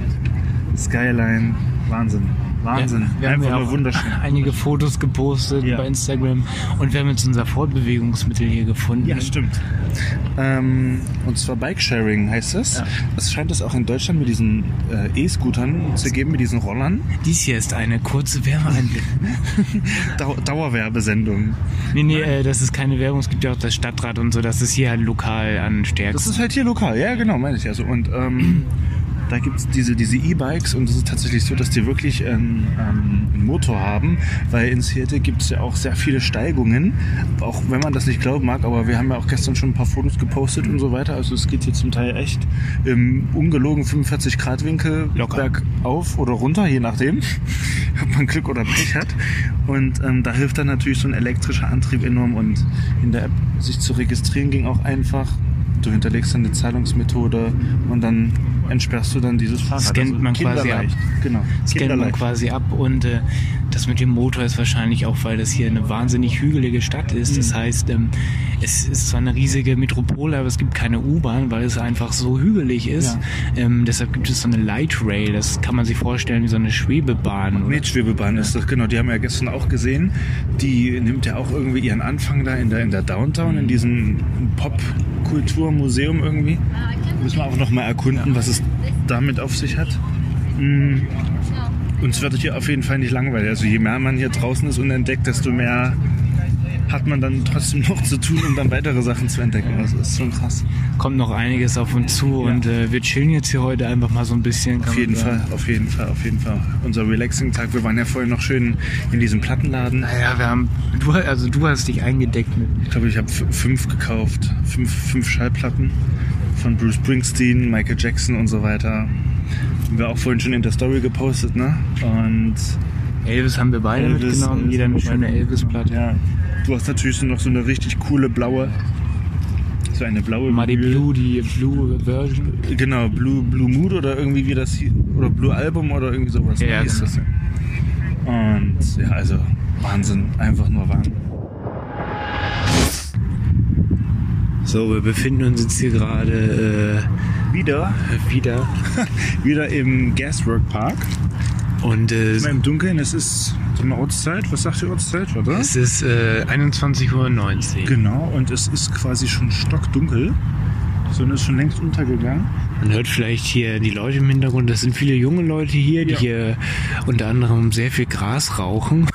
B: Skyline, Wahnsinn. Wahnsinn.
A: Ähm, Wir haben
B: Einfach
A: ja
B: nur
A: auch
B: wunderschön.
A: einige Fotos gepostet
B: Ja.
A: bei Instagram und wir haben jetzt unser Fortbewegungsmittel hier gefunden.
B: Ja, stimmt. Mhm. Ähm, und zwar Bikesharing heißt es. Es scheint es auch in Deutschland mit diesen äh, E-Scootern zu geben, mit diesen Rollern.
A: Dies hier ist eine kurze Werbeeinblendung.
B: Dau Dauerwerbesendung.
A: nee, nee, äh, das ist keine Werbung, es gibt ja auch das Stadtrat und so, das ist hier halt lokal an
B: Das
A: stärksten.
B: ist halt hier lokal, ja genau, meine ich. Also und ähm, da gibt es diese diese E-Bikes und es ist tatsächlich so, dass die wirklich einen, ähm, einen Motor haben, weil in Seattle gibt es ja auch sehr viele Steigungen, auch wenn man das nicht glauben mag, aber wir haben ja auch gestern schon ein paar Fotos gepostet und so weiter. Also es geht hier zum Teil echt im ungelogen 45 Grad Winkel bergauf oder runter, je nachdem, ob man Glück oder Pech hat. Und ähm, da hilft dann natürlich so ein elektrischer Antrieb enorm und in der App sich zu registrieren ging auch einfach. Du hinterlegst dann eine Zahlungsmethode und dann entsperrst du dann dieses Fahrrad.
A: Scannt man quasi
B: kinderleicht. Genau.
A: Das kennt man
B: kinderleicht.
A: quasi ab und äh, das mit dem Motor ist wahrscheinlich auch, weil das hier eine wahnsinnig hügelige Stadt ist. Das heißt, ähm, es ist zwar eine riesige Metropole, aber es gibt keine U-Bahn, weil es einfach so hügelig ist. Ähm, deshalb gibt es so eine Light Rail, das kann man sich vorstellen wie so eine Schwebebahn. Oder?
B: Mitschwebebahn ist das, genau. Die haben wir ja gestern auch gesehen. Die nimmt ja auch irgendwie ihren Anfang da in der, in der Downtown, in diesem Popkulturmuseum irgendwie. Müssen wir auch nochmal erkunden, was es damit auf sich hat. Mm. Uns wird hier auf jeden Fall nicht langweilig. Also je mehr man hier draußen ist und entdeckt, desto mehr hat man dann trotzdem noch zu tun, um dann weitere Sachen zu entdecken. Also Das ist schon krass.
A: Kommt noch einiges auf uns zu und äh, wir chillen jetzt hier heute einfach mal so ein bisschen.
B: Auf
A: kann man
B: jeden
A: sagen.
B: Fall, auf jeden Fall, auf jeden Fall. Unser Relaxing-Tag. Wir waren ja vorhin noch schön in diesem Plattenladen.
A: Ja, wir haben, du, also du hast dich eingedeckt mit
B: Ich glaube, ich habe f- fünf gekauft. Fünf, fünf Schallplatten von Bruce Springsteen, Michael Jackson und so weiter. Haben wir auch vorhin schon in der Story gepostet, ne? Und
A: Elvis haben wir beide
B: Elvis
A: mitgenommen, jeder eine
B: haben wir
A: schöne Elvis-Platte.
B: ja. Du hast natürlich so noch so eine richtig coole blaue. So eine blaue.
A: Mal die
B: Vinyl.
A: Blue, die Blue Version.
B: Genau, Blue, Blue Mood oder irgendwie wie das hier. Oder Blue Album oder irgendwie sowas.
A: Ja, ja,
B: Wie ist
A: genau.
B: das denn? Und ja, also Wahnsinn. Einfach nur Wahnsinn.
A: So, wir befinden uns jetzt hier gerade
B: Wieder,
A: äh, wieder
B: wieder im Gaswork Park.
A: und äh,
B: Immer im Dunkeln, es ist so eine Ortszeit. Was sagt die Ortszeit, oder?
A: es ist äh, 21.19 Uhr.
B: Genau, und es ist quasi schon stockdunkel. Die Sonne ist schon längst untergegangen.
A: Man hört vielleicht hier die Leute im Hintergrund, das sind viele junge Leute hier, die hier unter anderem sehr viel Gras rauchen.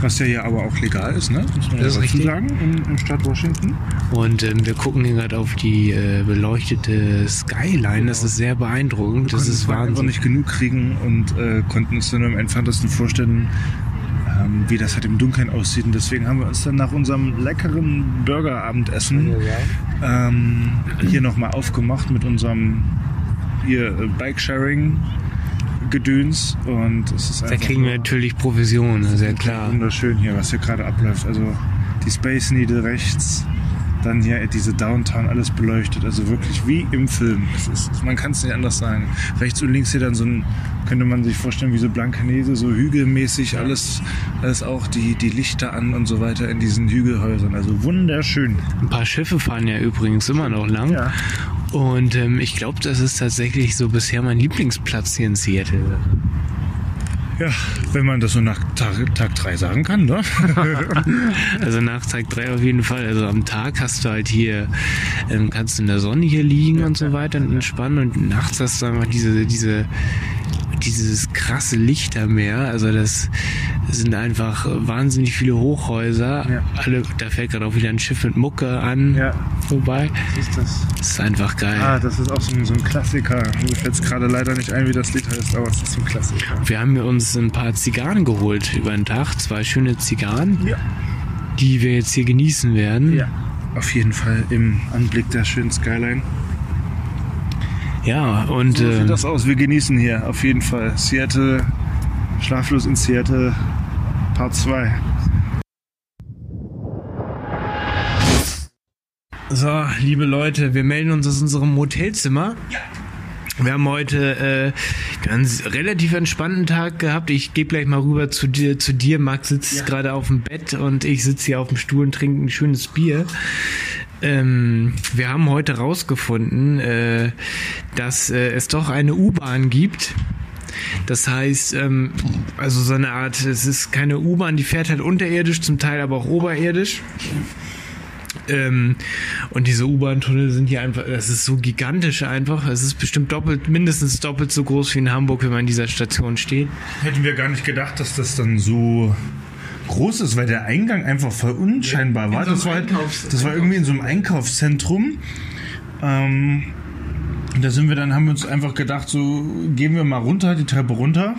B: Was ja hier aber auch legal ist, ne? Muss man
A: Das ist
B: ja dazu
A: richtig.
B: sagen, im, im Staat Washington.
A: Und ähm, wir gucken hier gerade auf die äh, beleuchtete Skyline. Das ist sehr beeindruckend. Genau. Das
B: Konnten
A: ist
B: wir einfach
A: Wahnsinn.
B: nicht genug kriegen und äh, konnten uns dann nur im entferntesten vorstellen, ähm, wie das halt im Dunkeln aussieht. Und deswegen haben wir uns dann nach unserem leckeren Burgerabendessen ähm, hier nochmal aufgemacht mit unserem hier, äh, Bike-Sharing-Gedöns. Und es ist
A: Da
B: einfach
A: kriegen wir
B: nur
A: natürlich Provision, ne? sehr klar.
B: wunderschön hier, was hier gerade abläuft. Also die Space Needle rechts, dann hier diese Downtown, alles beleuchtet. Also wirklich wie im Film. Es ist, man kann es nicht anders sagen. Rechts und links hier dann so ein, könnte man sich vorstellen, wie so Blankenese, so hügelmäßig, alles, alles auch die, die Lichter an und so weiter in diesen Hügelhäusern. Also wunderschön.
A: Ein paar Schiffe fahren ja übrigens immer noch lang.
B: Ja.
A: Und ähm, ich glaube, das ist tatsächlich so bisher mein Lieblingsplatz hier in Seattle.
B: Ja, wenn man das so nach Tag, Tag drei sagen kann, ne?
A: Also nach Tag 3 auf jeden Fall. Also am Tag hast du halt hier, ähm, kannst du in der Sonne hier liegen und so weiter und entspannen. Und nachts hast du einfach diese, diese, dieses krasse Lichtermeer. Also das sind einfach wahnsinnig viele Hochhäuser.
B: Ja.
A: Alle, da fällt gerade auch wieder ein Schiff mit Mucke an
B: Ja.
A: vorbei.
B: Was ist das?
A: Das ist einfach geil.
B: Ah, das ist auch so ein, so ein Klassiker. Mir fällt es gerade leider nicht ein, wie das Lied heißt, aber es ist so ein Klassiker.
A: Wir haben uns ein paar Zigarren geholt über den Tag. Zwei schöne Zigarren,
B: Ja.
A: die wir jetzt hier genießen werden.
B: Ja. Auf jeden Fall im Anblick der schönen Skyline.
A: Ja, und
B: So
A: ähm,
B: sieht das aus. Wir genießen hier auf jeden Fall. Seattle, Schlaflos in Seattle, Part 2.
A: So, liebe Leute, wir melden uns aus unserem Hotelzimmer. Wir haben heute äh, ganz relativ entspannten Tag gehabt. Ich gehe gleich mal rüber zu dir. Zu dir. Max sitzt gerade auf dem Bett und ich sitze hier auf dem Stuhl und trinke ein schönes Bier. Ähm, wir haben heute rausgefunden, äh, dass äh, es doch eine U-Bahn gibt. Das heißt, ähm, also so eine Art, es ist keine U-Bahn, die fährt halt unterirdisch, zum Teil aber auch oberirdisch. Ähm, und diese U-Bahn-Tunnel sind hier einfach, das ist so gigantisch einfach. Es ist bestimmt doppelt, mindestens doppelt so groß wie in Hamburg, wenn man an dieser Station steht.
B: Hätten wir gar nicht gedacht, dass das dann so groß ist, weil der Eingang einfach voll unscheinbar war.
A: so einem
B: das war, halt,
A: Einkaufs-
B: das war irgendwie in so einem Einkaufszentrum. Ähm, und da sind wir dann, haben wir uns einfach gedacht, so gehen wir mal runter, die Treppe runter.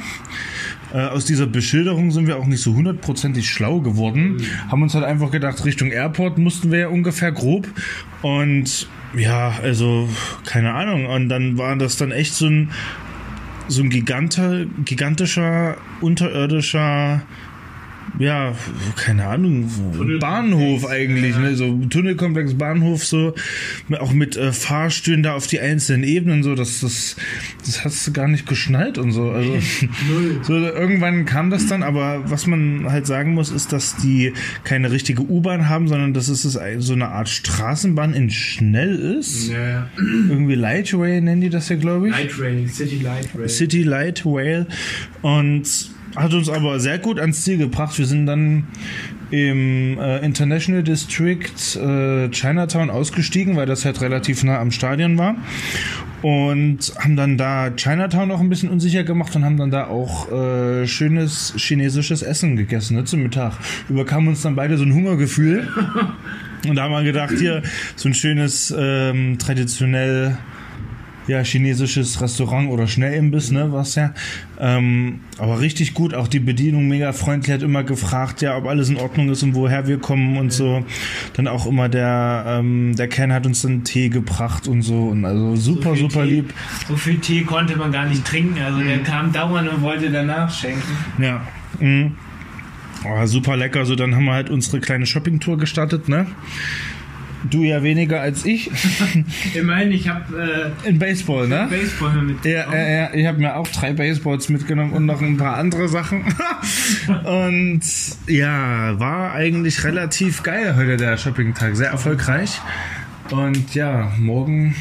B: Äh, aus dieser Beschilderung sind wir auch nicht so hundertprozentig schlau geworden.
A: Mhm.
B: Haben uns halt einfach gedacht, Richtung Airport mussten wir ja ungefähr grob. Und ja, also keine Ahnung. Und dann war das dann echt so ein so ein giganter, gigantischer, unterirdischer, ja, keine Ahnung, Bahnhof eigentlich, ne? so Tunnelkomplex, Bahnhof, so, auch mit äh, Fahrstühlen da auf die einzelnen Ebenen, so, das, das, das hast du gar nicht geschnallt und so, also, so, irgendwann kam das dann, aber was man halt sagen muss, ist, dass die keine richtige U-Bahn haben, sondern dass es das ein- so eine Art Straßenbahn in schnell ist,
A: Ja,
B: irgendwie Lightway nennen die das ja, glaube ich.
A: Light Rail, City Light Rail.
B: City Light Rail und hat uns aber sehr gut ans Ziel gebracht. Wir sind dann im äh, International District äh, Chinatown ausgestiegen, weil das halt relativ nah am Stadion war und haben dann da Chinatown noch ein bisschen unsicher gemacht und haben dann da auch äh, schönes chinesisches Essen gegessen ne, zum Mittag. Überkam uns dann beide so ein Hungergefühl und da haben wir gedacht, hier so ein schönes ähm, traditionell ja, chinesisches Restaurant oder Schnellimbiss, ne, war's ja. Ähm, aber richtig gut, auch die Bedienung mega freundlich, hat immer gefragt, ja, ob alles in Ordnung ist und woher wir kommen und so. Dann auch immer der, ähm, der Ken hat uns dann Tee gebracht und so und also super,
A: viel
B: super
A: Tee.
B: lieb. Mhm.
A: So viel Tee konnte man gar nicht trinken. Also der kam dauernd und wollte danach schenken.
B: Ja. Mhm. Oh, super lecker. So, dann haben wir halt unsere kleine Shoppingtour gestartet, ne? Du ja weniger als ich.
A: Immerhin, ich
E: äh,
A: habe
B: In Baseball, ne?
A: Baseball mit.
B: Ja, ja, ja, ich habe mir auch drei Baseballs mitgenommen und noch ein paar andere Sachen. und ja, war eigentlich relativ geil heute der Shopping-Tag. Sehr erfolgreich. Und ja, morgen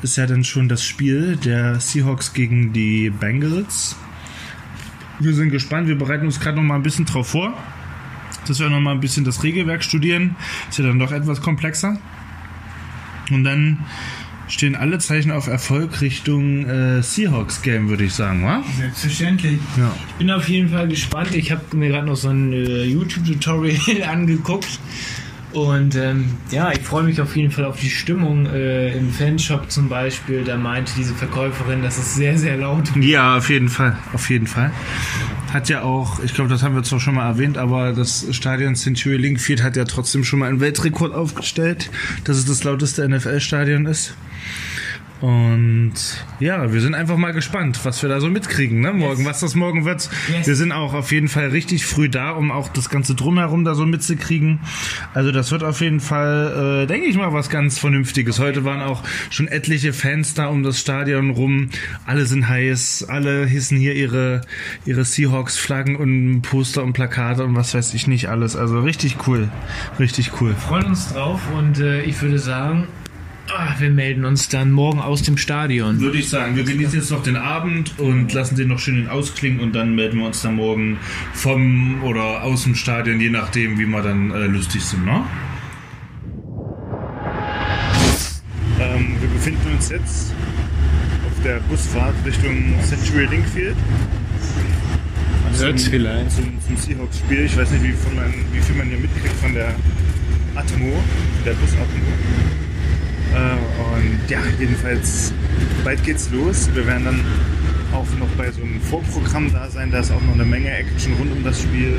B: ist ja dann schon das Spiel der Seahawks gegen die Bengals. Wir sind gespannt. Wir bereiten uns gerade noch mal ein bisschen drauf vor, dass wir noch mal ein bisschen das Regelwerk studieren. Ist ja dann doch etwas komplexer. Und dann stehen alle Zeichen auf Erfolg Richtung äh, Seahawks-Game, würde ich sagen, wa?
A: Selbstverständlich.
B: Ja.
A: Ich bin auf jeden Fall gespannt. Ich habe mir gerade noch so ein äh, YouTube-Tutorial angeguckt. Und ähm, ja, ich freue mich auf jeden Fall auf die Stimmung äh, im Fanshop zum Beispiel. Da meinte diese Verkäuferin, dass es sehr, sehr laut
B: Ja, auf jeden Fall. Auf jeden Fall. Hat ja auch, ich glaube, das haben wir zwar schon mal erwähnt, aber das Stadion Century Link Field hat ja trotzdem schon mal einen Weltrekord aufgestellt, dass es das lauteste NFL-Stadion ist. Und ja, wir sind einfach mal gespannt, was wir da so mitkriegen, ne, morgen, was das morgen wird.
A: Yes.
B: Wir sind auch auf jeden Fall richtig früh da, um auch das ganze Drumherum da so mitzukriegen. Also das wird auf jeden Fall, äh, denke ich mal, was ganz Vernünftiges. Heute waren auch schon etliche Fans da um das Stadion rum. Alle sind heiß, alle hissen hier ihre, ihre Seahawks-Flaggen und Poster und Plakate und was weiß ich nicht alles. Also richtig cool, richtig cool.
A: freuen uns drauf und äh, ich würde sagen, Ah, wir melden uns dann morgen aus dem Stadion.
F: Würde ich sagen, wir genießen jetzt noch den Abend und lassen den noch schön in ausklingen und dann melden wir uns dann morgen vom oder aus dem Stadion, je nachdem, wie wir dann äh, lustig sind, ne?
B: Ähm, wir befinden uns jetzt auf der Busfahrt Richtung Century Linkfield.
A: Hört's
B: zum,
A: vielleicht.
B: Zum, zum Seahawks-Spiel. Ich weiß nicht, wie, von man, wie viel man hier mitkriegt von der Atmo, der Busatmo. Äh, und ja, jedenfalls, bald geht's los. Wir werden dann auch noch bei so einem Vorprogramm da sein. Da ist auch noch eine Menge Action rund um das Spiel.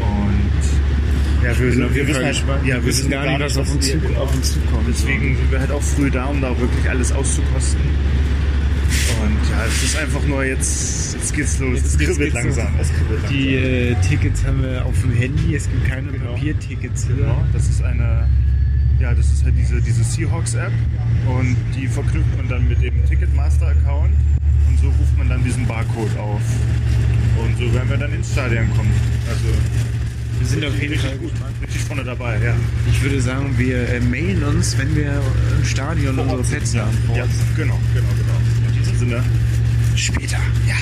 B: Und ja, wir, sind- wir wissen halt, ja, wir wissen gar nicht, was auf uns zukommt.
A: auf uns zukommt.
B: Deswegen sind wir halt auch früh da, um da wirklich alles auszukosten. Und ja, es ist einfach nur jetzt, jetzt geht's los.
A: Jetzt-
B: es
A: jetzt
B: kribbelt
A: geht's los.
B: langsam. Es kribbelt langsam.
A: Die äh, Tickets haben wir auf dem Handy. Es gibt keine
B: Genau.
A: Papiertickets hier.
B: Genau, das ist eine, ja, das ist halt diese, diese Seahawks-App und die verknüpft man dann mit dem Ticketmaster-Account und so ruft man dann diesen Barcode auf. Und so werden wir dann ins Stadion kommen. Also
A: Wir sind auf jeden
B: richtig
A: Fall
B: gut, richtig vorne dabei, ja.
A: Ich würde sagen, wir äh, mailen uns, wenn wir äh, im Stadion unsere Plätze haben.
B: ja. Genau, genau, genau. In diesem Sinne,
A: Später, ja.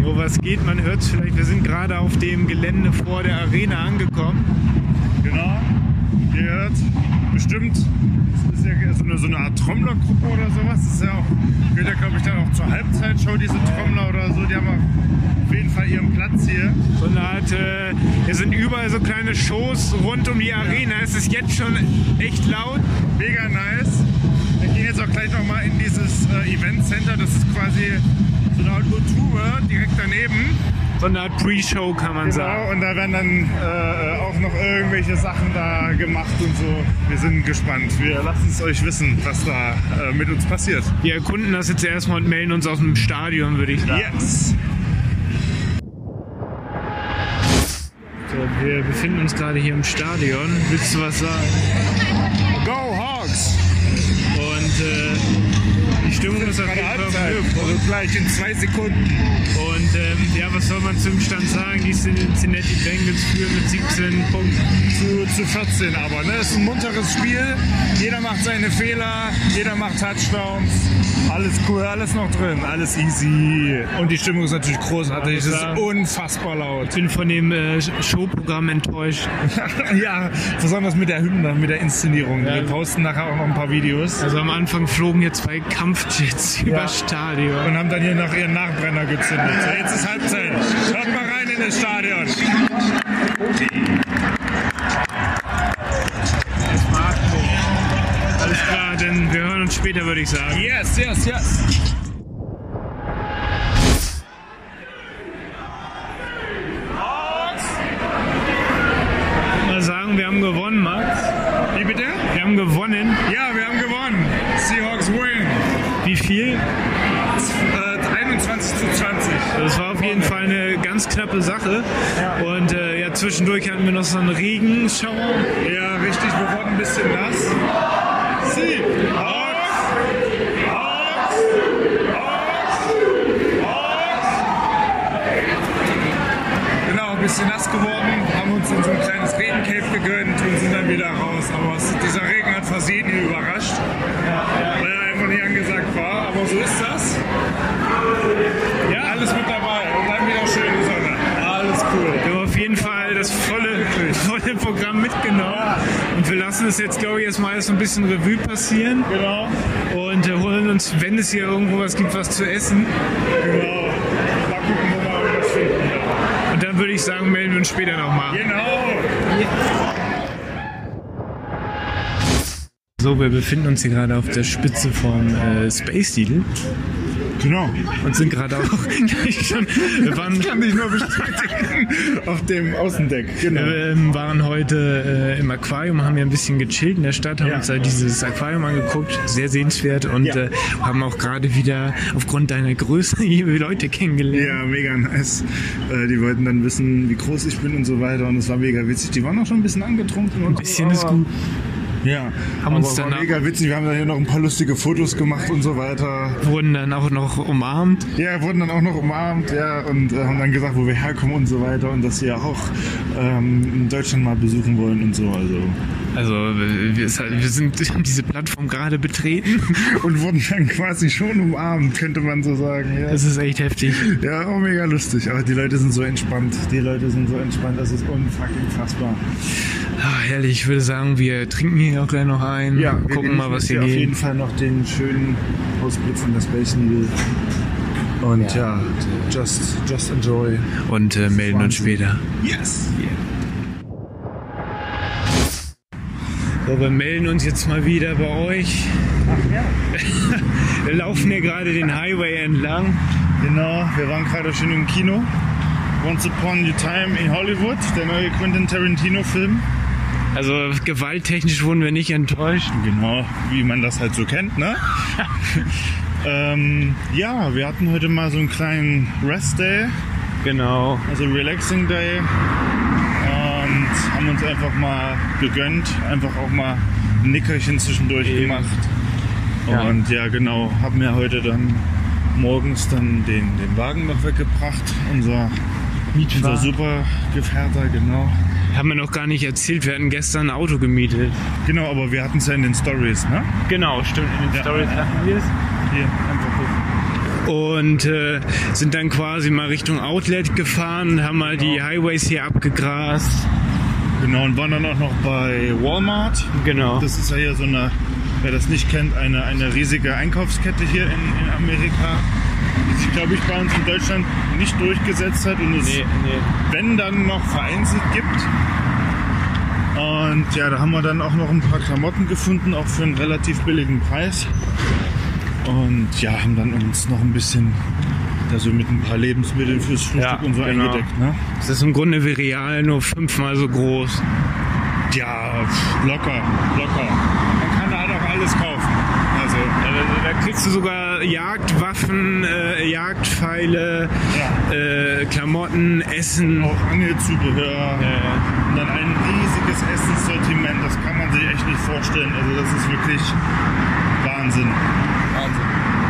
A: Wo was geht, man hört es vielleicht. Wir sind gerade auf dem Gelände vor der Arena angekommen.
B: genau, ihr hört bestimmt, es ist ja so eine, so eine Art Trommlergruppe oder sowas. Das ist ja auch, gehört ja glaube ich dann auch zur Halbzeitshow, diese Trommler oder so. Die haben auf jeden Fall ihren Platz hier.
E: So eine Art, äh, es sind überall so kleine Shows rund um die Arena. Es ist jetzt schon echt laut.
B: Mega nice. Wir gehen jetzt auch gleich nochmal in dieses äh, Event Center. Das ist quasi so eine Art Tour direkt daneben.
E: So eine Art Pre-Show kann man sagen.
B: Genau. Und da werden dann äh, auch noch irgendwelche Sachen da gemacht und so. Wir sind gespannt. Wir lassen es euch wissen, was da äh, mit uns passiert.
E: Wir erkunden das jetzt erstmal und melden uns aus dem Stadion, würde ich sagen.
B: Yes!
A: So, wir befinden uns gerade hier im Stadion. Willst du was sagen?
B: Go Hawks!
A: Und äh, die Stimmung ist auf jeden Fall auf dem Höhepunkt.
B: Also gleich in zwei Sekunden.
A: Und ähm, ja, was soll man zum Stand sagen? Die Cincinnati Bengals führen mit 17 Punkten.
B: zu, zu 14 aber. Ne? Ist ein munteres Spiel. Jeder macht seine Fehler, jeder macht Touchdowns. Alles cool, alles noch drin, alles easy. Und die Stimmung ist natürlich großartig. Es ist
A: klar.
B: unfassbar
A: Ich
B: laut.
A: bin von dem äh, Showprogramm enttäuscht.
B: ja, besonders mit der Hymne, mit der Inszenierung. Wir posten nachher auch noch ein paar Videos.
A: Also am Anfang flogen hier zwei Kampfjets über
B: Ja.
A: das Stadion.
B: Und haben dann hier nach ihren Nachbrenner gezündet. So, Jetzt ist Halbzeit. Schaut mal rein in das Stadion.
A: Alles klar, denn wir hören uns später, würde ich sagen.
B: Yes, yes, yes.
A: Ich würde mal sagen, wir haben gewonnen, Max.
B: Wie bitte?
A: Wir haben gewonnen.
B: Ja, wir haben gewonnen. Seahawks win.
A: Wie viel?
B: Äh, 21 zu 20.
A: Das war auf jeden Fall eine ganz knappe Sache. Und äh, ja, zwischendurch hatten wir noch so einen Regenschauer.
B: Ja, richtig, wir wurden ein bisschen nass. Sie! Hawks! Hawks! Hawks! Hawks! Genau, ein bisschen nass geworden, haben uns in so ein kleines Regencape gegönnt und sind dann wieder raus. Aber es, dieser Regen hat versehen hier überrascht, weil er einfach nicht angesagt war. Aber so ist das. Ja, alles mit dabei und dann wieder schön in die Sonne. Alles cool.
A: Wir haben auf jeden Fall das volle, volle Programm mitgenommen. Und wir lassen es jetzt, glaube ich, erstmal alles so ein bisschen Revue passieren.
B: Genau.
A: Und äh, holen uns, wenn es hier irgendwo was gibt, was zu essen.
B: Genau. Mal gucken, wo wir irgendwas finden.
A: Und dann würde ich sagen, melden wir uns später nochmal.
B: Genau.
A: So, wir befinden uns hier gerade auf der Spitze vom äh, Space Deal
B: Genau.
A: und sind gerade auch gleich schon, wir waren,
B: Kann ich nur bestätigen. Auf dem Außendeck. Genau.
A: ähm, waren heute äh, im Aquarium, haben wir ein bisschen gechillt in der Stadt, haben uns da dieses Aquarium angeguckt, sehr sehenswert und äh, haben auch gerade wieder aufgrund deiner Größe hier Leute kennengelernt.
B: Ja, mega nice. Äh, die wollten dann wissen, wie groß ich bin und so weiter. Und es war mega witzig. Die waren auch schon ein bisschen angetrunken. Und ein
A: Bisschen ist gut.
B: Ja.
A: Haben
B: Haben
A: uns
B: uns aber war
A: danach-
B: mega witzig. Wir haben dann hier noch ein paar lustige Fotos gemacht und so weiter.
A: Wurden dann auch noch umarmt.
B: Ja, wurden dann auch noch umarmt. Ja, und äh, haben dann gesagt, wo wir herkommen und so weiter. Und dass sie ja auch ähm, in Deutschland mal besuchen wollen und so. Also
A: Also äh, wir, es hat- wir sind haben diese Plattform gerade betreten.
B: Und wurden dann quasi schon umarmt, könnte man so sagen. Ja.
A: Das ist echt heftig.
B: Ja, auch mega lustig. Aber die Leute sind so entspannt. Die Leute sind so entspannt, das ist unfucking fassbar.
A: Ah, herrlich, ich würde sagen, wir trinken hier auch gleich noch ein.
B: wir
A: gucken mal,
B: genießen
A: was hier
B: jetzt Auf jeden
A: geht.
B: Fall noch den schönen Ausblick von der Space Needle. Und ja, just, just enjoy.
A: Und äh, melden uns
B: Wahnsinn.
A: später.
B: Yes!
A: So, wir melden uns jetzt mal wieder bei euch. Ach ja. wir laufen hier gerade den Highway entlang.
B: Genau, wir waren gerade schön im Kino. Once Upon a Time in Hollywood, der neue Quentin Tarantino-Film.
A: Also gewalttechnisch wurden wir nicht enttäuscht.
B: Genau, wie man das halt so kennt, ne? ähm, ja, wir hatten heute mal so einen kleinen Rest Day.
A: Genau.
B: also Relaxing Day und haben uns einfach mal gegönnt, einfach auch mal ein Nickerchen zwischendurch gemacht. Und ja, genau, haben mir heute dann morgens dann den, den Wagen noch weggebracht, unser, unser super Gefährter, genau.
A: Haben wir noch gar nicht erzählt, wir hatten gestern ein Auto gemietet.
B: Genau, aber wir hatten es ja in den Stories, ne?
A: Genau, stimmt. In den
B: Ja.
A: Stories hatten wir es.
B: Hier, einfach hoch.
A: Und äh, sind dann quasi mal Richtung Outlet gefahren und haben mal die Highways hier abgegrast.
B: Genau, und waren dann auch noch bei Walmart.
A: Genau.
B: Das ist ja hier so eine, wer das nicht kennt, eine, eine riesige Einkaufskette hier in, in Amerika, die sich, glaube ich, bei uns in Deutschland nicht durchgesetzt hat und es, wenn dann, noch vereinzelt gibt. Und ja, da haben wir dann auch noch ein paar Klamotten gefunden, auch für einen relativ billigen Preis. Und ja, haben dann uns noch ein bisschen, also mit ein paar Lebensmitteln fürs Frühstück
A: Ja,
B: und so
A: genau.
B: eingedeckt. Ne?
A: Das ist im Grunde wie real, nur fünfmal so groß.
B: Ja, pff, locker, locker. Man kann da halt auch alles kaufen. Also,
A: Da kriegst du sogar Jagdwaffen, äh, Jagdpfeile,
B: Ja.
A: äh, Klamotten, Essen.
B: auch Angelzubehör und dann ein riesiges Essenssortiment, das kann man sich echt nicht vorstellen. Also das ist wirklich Wahnsinn. Wahnsinn.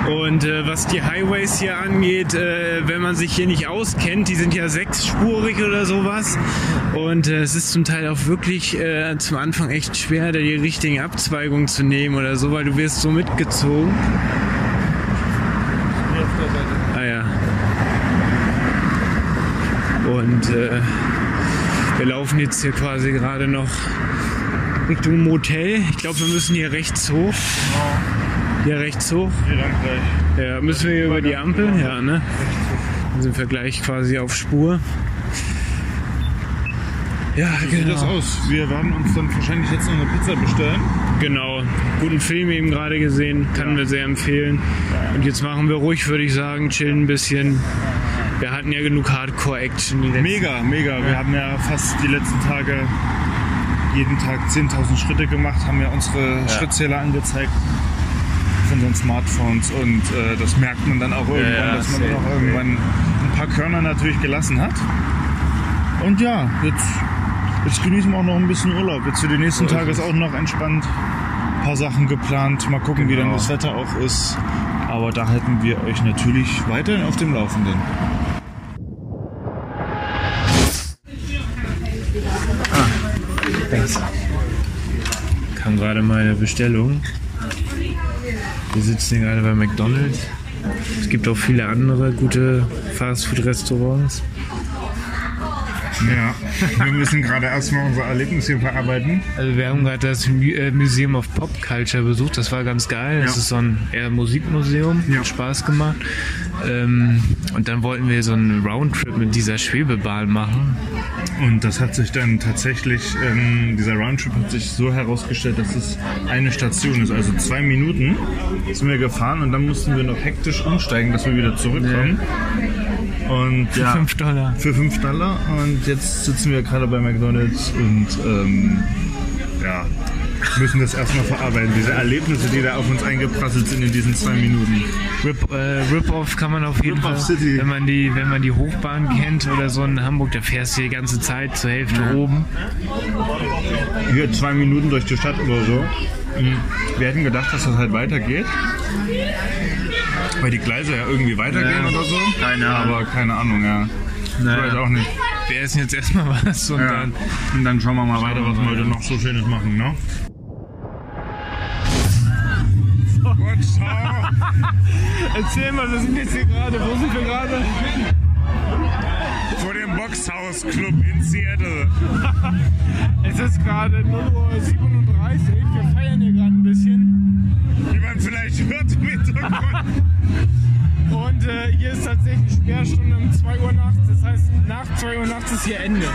A: Und äh, was die Highways hier angeht, äh, wenn man sich hier nicht auskennt, die sind ja sechsspurig oder sowas. Und äh, es ist zum Teil auch wirklich äh, zum Anfang echt schwer, da die richtigen Abzweigungen zu nehmen oder so, weil du wirst so mitgezogen. Ah ja. Und äh, wir laufen jetzt hier quasi gerade noch Richtung Motel. Ich glaube, wir müssen hier rechts hoch. Hier rechts hoch.
B: Hier lang gleich.
A: Ja, müssen wir hier über die Ampel? Ja, ne? Dann sind wir gleich quasi auf Spur. Ja,
B: Wie sieht das
A: genau.
B: aus? Wir werden uns dann wahrscheinlich jetzt noch eine Pizza bestellen.
A: genau. Guten Film eben gerade gesehen, kann wir sehr empfehlen. Und jetzt machen wir ruhig, würde ich sagen, chillen ein bisschen. Wir hatten ja genug Hardcore-Action. die letzten-
B: Mega, mega. Wir haben ja fast die letzten Tage jeden Tag 10.000 Schritte gemacht, haben ja unsere Schrittzähler angezeigt auf unseren Smartphones und äh, das merkt man dann auch irgendwann,
A: ja,
B: dass man
A: safe,
B: dann auch irgendwann ein paar Körner natürlich gelassen hat. Und ja, jetzt, jetzt genießen wir auch noch ein bisschen Urlaub. Jetzt für die nächsten Tage ist auch noch entspannt. Ein paar Sachen geplant. Mal gucken, wie dann das Wetter auch ist. Aber da halten wir euch natürlich weiterhin auf dem Laufenden.
A: kam gerade meine Bestellung. Wir sitzen hier gerade bei McDonalds. Es gibt auch viele andere gute Fastfood-Restaurants.
B: Ja, wir müssen gerade erstmal unser Erlebnis hier verarbeiten.
A: Also wir haben gerade das Mu- äh, Museum of Pop Culture besucht, das war ganz geil. Das
B: Ja.
A: ist so ein eher Musikmuseum,
B: Ja.
A: hat Spaß gemacht. Ähm, und dann wollten wir so einen Roundtrip mit dieser Schwebebahn machen.
B: Und das hat sich dann tatsächlich, ähm, dieser Roundtrip hat sich so herausgestellt, dass es eine Station ist. Also zwei Minuten sind wir gefahren und dann mussten wir noch hektisch umsteigen, dass wir wieder zurückkommen. Und ja,
A: Fünf Dollar.
B: für 5 Dollar. Und jetzt sitzen wir gerade bei McDonalds und ähm, ja, müssen das erstmal verarbeiten. Diese Erlebnisse, die da auf uns eingeprasselt sind in diesen zwei Minuten.
A: Rip, äh, Rip-Off kann man auf jeden
B: Rip-Off
A: Fall,
B: City.
A: Wenn, man die, wenn man die Hochbahn kennt oder so in Hamburg, da fährst du die ganze Zeit zur Hälfte oben.
B: hier zwei Minuten durch die Stadt oder so. Mhm. Wir hätten gedacht, dass das halt weitergeht. Weil die Gleise ja irgendwie weitergehen oder so. Keine Ahnung. Aber keine Ahnung, ja. Ich weiß auch nicht.
E: Wir essen jetzt erstmal was und
B: Ja.
E: dann.
B: Und dann schauen wir mal weiter, was wir heute noch so Schönes machen, ne?
E: Erzähl mal, wir sind jetzt hier gerade. Wo sind wir gerade?
B: Vor dem Boxhaus Club in Seattle.
E: Es ist gerade 0.37 Uhr. Wir feiern hier gerade ein bisschen.
B: Wie man vielleicht hört im Hintergrund.
E: Und äh, hier ist tatsächlich Sperrstunde um 2 Uhr nachts. Das heißt, nach 2 Uhr nachts ist hier Ende.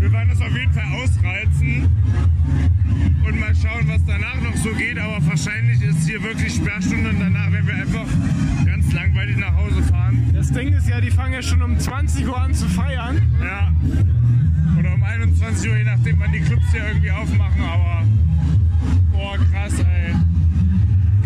B: Wir werden es auf jeden Fall ausreizen und mal schauen, was danach noch so geht. Aber wahrscheinlich ist hier wirklich Sperrstunde und danach werden wir einfach ganz langweilig nach Hause fahren.
E: Das Ding ist ja, die fangen ja schon um 20 Uhr an zu feiern.
B: Ja. Oder um 21 Uhr, je nachdem, wann die Clubs hier irgendwie aufmachen. Aber, boah, krass, ey.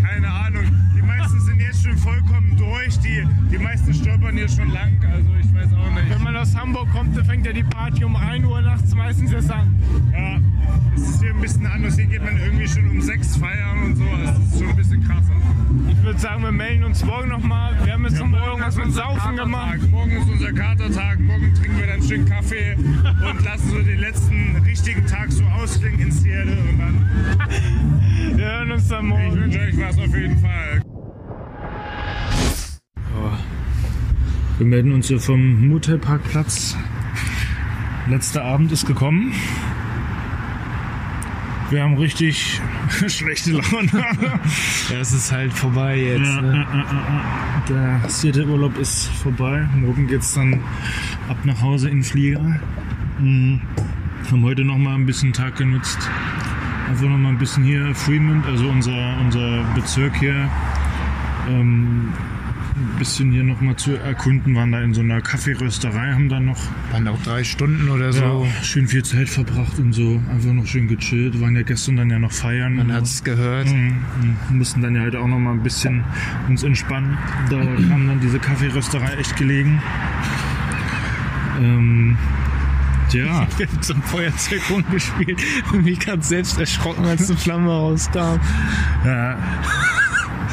B: Keine Ahnung. Die meisten sind jetzt schon vollkommen durch. Die, die meisten stolpern hier schon lang. Also, ich weiß auch nicht.
E: Wenn man aus Hamburg kommt, dann fängt ja die Party um 1 Uhr nachts meistens erst an.
B: Ja, es ist hier ein bisschen anders. Hier geht man irgendwie schon um sechs feiern und so. Das ist schon ein bisschen krasser.
E: Ich würde sagen, wir melden uns morgen nochmal. Wir haben jetzt
B: um
E: noch nochmal irgendwas mit Saufen gemacht.
B: Morgen ist unser Katertag. Morgen trinken wir dann schön Kaffee und lassen so den letzten richtigen Tag so ausklingen in Seattle. Und dann,
E: Wir hören uns dann
B: ich
E: morgen.
B: wünsche euch was auf jeden Fall. Wir melden uns hier vom Motelparkplatz. Letzter Abend ist gekommen. Wir haben richtig schlechte Laune.
A: Ja, es ist halt vorbei jetzt. Ne?
B: Der vierte Urlaub ist vorbei. Morgen geht's dann ab nach Hause in den Flieger. Mhm. Haben heute noch mal ein bisschen Tag genutzt. Einfach noch mal ein bisschen hier Fremont, also unser, unser Bezirk hier, ähm, ein bisschen hier noch mal zu erkunden. Waren da in so einer Kaffeerösterei, haben dann noch
G: Waren auch drei Stunden oder so.
B: ja, schön viel Zeit verbracht und so. Einfach noch schön gechillt. Waren ja gestern dann ja noch feiern.
G: Man
B: und so.
G: hat's gehört.
B: Mhm. Wir mussten dann ja heute auch noch mal ein bisschen uns entspannen. Da kam dann diese Kaffeerösterei echt gelegen. Ähm, ja,
A: Wir haben zum Feuerzeug rumgespielt und mich gerade selbst erschrocken, als eine Flamme rauskam.
B: äh,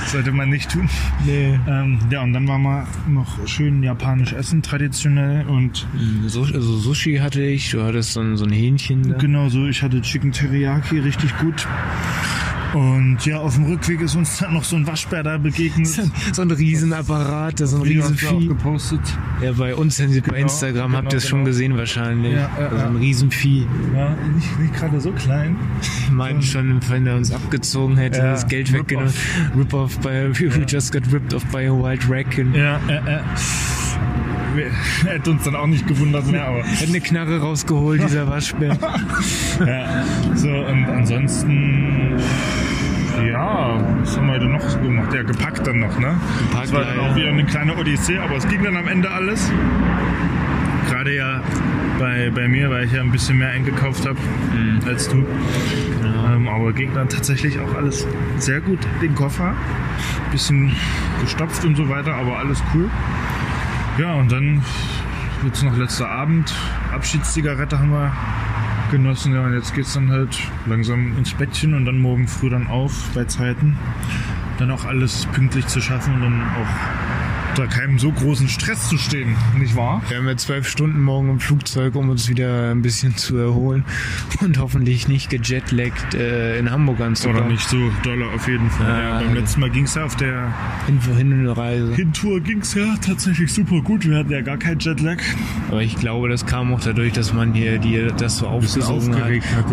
B: sollte man nicht tun.
A: Nee.
B: Ähm, ja, und dann waren wir noch schön japanisch essen, traditionell. Und
A: So, also Sushi hatte ich, du hattest so ein, so ein Hähnchen. Da.
B: genau so, ich hatte Chicken Teriyaki richtig gut. Und ja, auf dem Rückweg ist uns dann noch so ein Waschbär da begegnet.
A: So ein Riesenapparat, das ist ein
B: Die haben wir auch
A: Riesenvieh.
B: gepostet.
A: Ja, bei uns bei Instagram
B: genau,
A: habt ihr es
B: genau.
A: schon gesehen wahrscheinlich.
B: Ja, ja,
A: also ein
B: ja.
A: Riesenvieh.
B: Ja, nicht, nicht gerade so klein.
A: Ich meine schon, wenn er uns abgezogen hätte,
B: Ja,
A: das Geld weggenommen. Rip-off by, we just got ripped off by a wild raccoon.
B: Ja, äh, äh. Wir- Hätte uns dann auch nicht gewundert mehr, aber.
A: Hat eine Knarre rausgeholt, dieser Waschbär.
B: Ja. So, und ansonsten. Ja, was haben wir heute noch so gemacht? Ja, gepackt dann noch, ne?
A: Gepackt,
B: Das war dann
A: ja,
B: auch
A: ja.
B: wieder eine kleine Odyssee, aber es ging dann am Ende alles. Gerade ja bei, bei mir, weil ich ja ein bisschen mehr eingekauft habe
A: Mhm.
B: als du.
A: Genau.
B: Ähm, aber ging dann tatsächlich auch alles sehr gut in den Koffer. Bisschen gestopft und so weiter, aber alles cool. Ja, und dann jetzt noch letzter Abend. Abschiedszigarette haben wir genossen, ja, und jetzt geht's dann halt langsam ins Bettchen und dann morgen früh dann auf bei Zeiten. Dann auch alles pünktlich zu schaffen und dann auch unter keinem so großen Stress zu stehen, nicht wahr?
A: Wir haben ja zwölf Stunden morgen im Flugzeug, um uns wieder ein bisschen zu erholen und hoffentlich nicht gejetlaggt äh, in Hamburg anzukommen.
B: Oder nicht so doller auf jeden Fall.
A: Ja,
B: ja, beim
A: also-
B: letzten Mal ging's ja auf der
A: Hin, hin und Reise.
B: Hintour ging's ja tatsächlich super gut. Wir hatten ja gar keinen Jetlag.
A: Aber ich glaube, das kam auch dadurch, dass man hier die, das so aufgesogen hat,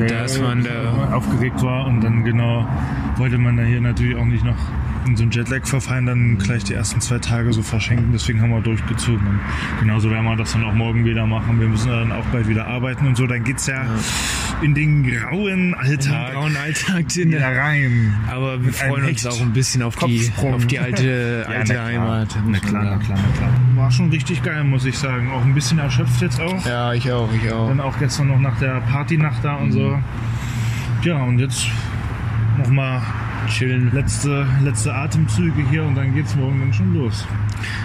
A: dass man da
B: aufgeregt war und dann genau wollte man da hier natürlich auch nicht noch in so ein Jetlag verfallen, dann gleich die ersten zwei Tage so verschenken. Deswegen haben wir durchgezogen. Und genauso werden wir das dann auch morgen wieder machen. Wir müssen ja dann auch bald wieder arbeiten und so. Dann geht's ja, in den grauen Alltag
A: grauen Alltag drin.
B: wieder rein.
A: Aber wir
B: einem
A: freuen uns
B: Hecht.
A: auch ein bisschen auf die,
B: Kopfsprung.
A: auf die alte,
B: Ja,
A: alte
B: na klar.
A: Heimat.
B: Na klar, na klar, na klar. War schon richtig geil, muss ich sagen. Auch ein bisschen erschöpft jetzt auch.
A: Ja, ich auch, ich auch.
B: Dann auch gestern noch nach der Partynacht da und so.
E: Mhm.
B: Ja, und jetzt nochmal
A: Chillen.
B: letzte, letzte Atemzüge hier und dann geht's morgen dann schon los.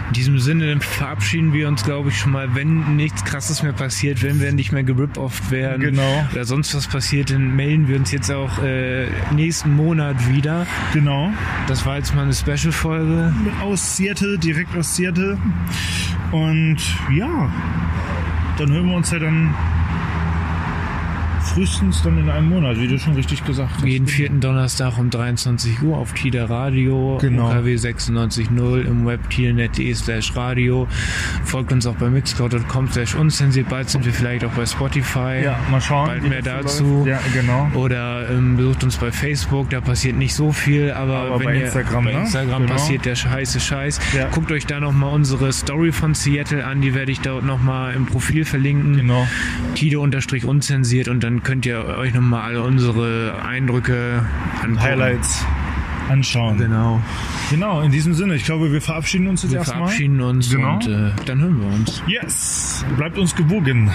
A: In diesem Sinne dann verabschieden wir uns, glaube ich, schon mal, wenn nichts Krasses mehr passiert, wenn wir nicht mehr gerip-offed werden
B: Genau.
A: oder sonst was passiert, dann melden wir uns jetzt auch äh, nächsten Monat wieder.
B: Genau.
A: Das war jetzt mal eine Special-Folge.
B: Aus Seattle, direkt aus Seattle. Und ja, dann hören wir uns ja dann frühestens dann in einem Monat, wie du schon richtig gesagt hast.
E: Jeden vierten Donnerstag um 23 Uhr auf TIDA Radio,
B: Genau.
E: UKW 96.0 im Web tida.net.de slash radio. Folgt uns auch bei mixcloud.com slash unzensiert. Bald sind wir vielleicht auch bei Spotify.
B: Ja, mal schauen.
E: Bald
B: wie
E: mehr
B: das
E: dazu.
B: läuft. Ja, genau.
E: Oder ähm, besucht uns bei Facebook, da passiert nicht so viel, aber,
B: Aber
E: wenn
B: bei
E: ihr,
B: Instagram,
E: bei
B: ne?
E: Instagram
B: Genau.
E: passiert der heiße Scheiß.
B: Ja.
E: Guckt euch da nochmal unsere Story von Seattle an, die werde ich dort nochmal im Profil verlinken.
B: Genau.
E: Tide-unzensiert und dann könnt ihr euch nochmal alle unsere Eindrücke angucken.
B: Highlights anschauen.
E: Genau.
B: halt- Genau, in diesem Sinne. Ich glaube, wir verabschieden uns jetzt
E: Wir
B: erstmal.
E: verabschieden uns
B: Genau.
E: und äh, dann hören wir uns.
B: Yes! Bleibt uns gewogen.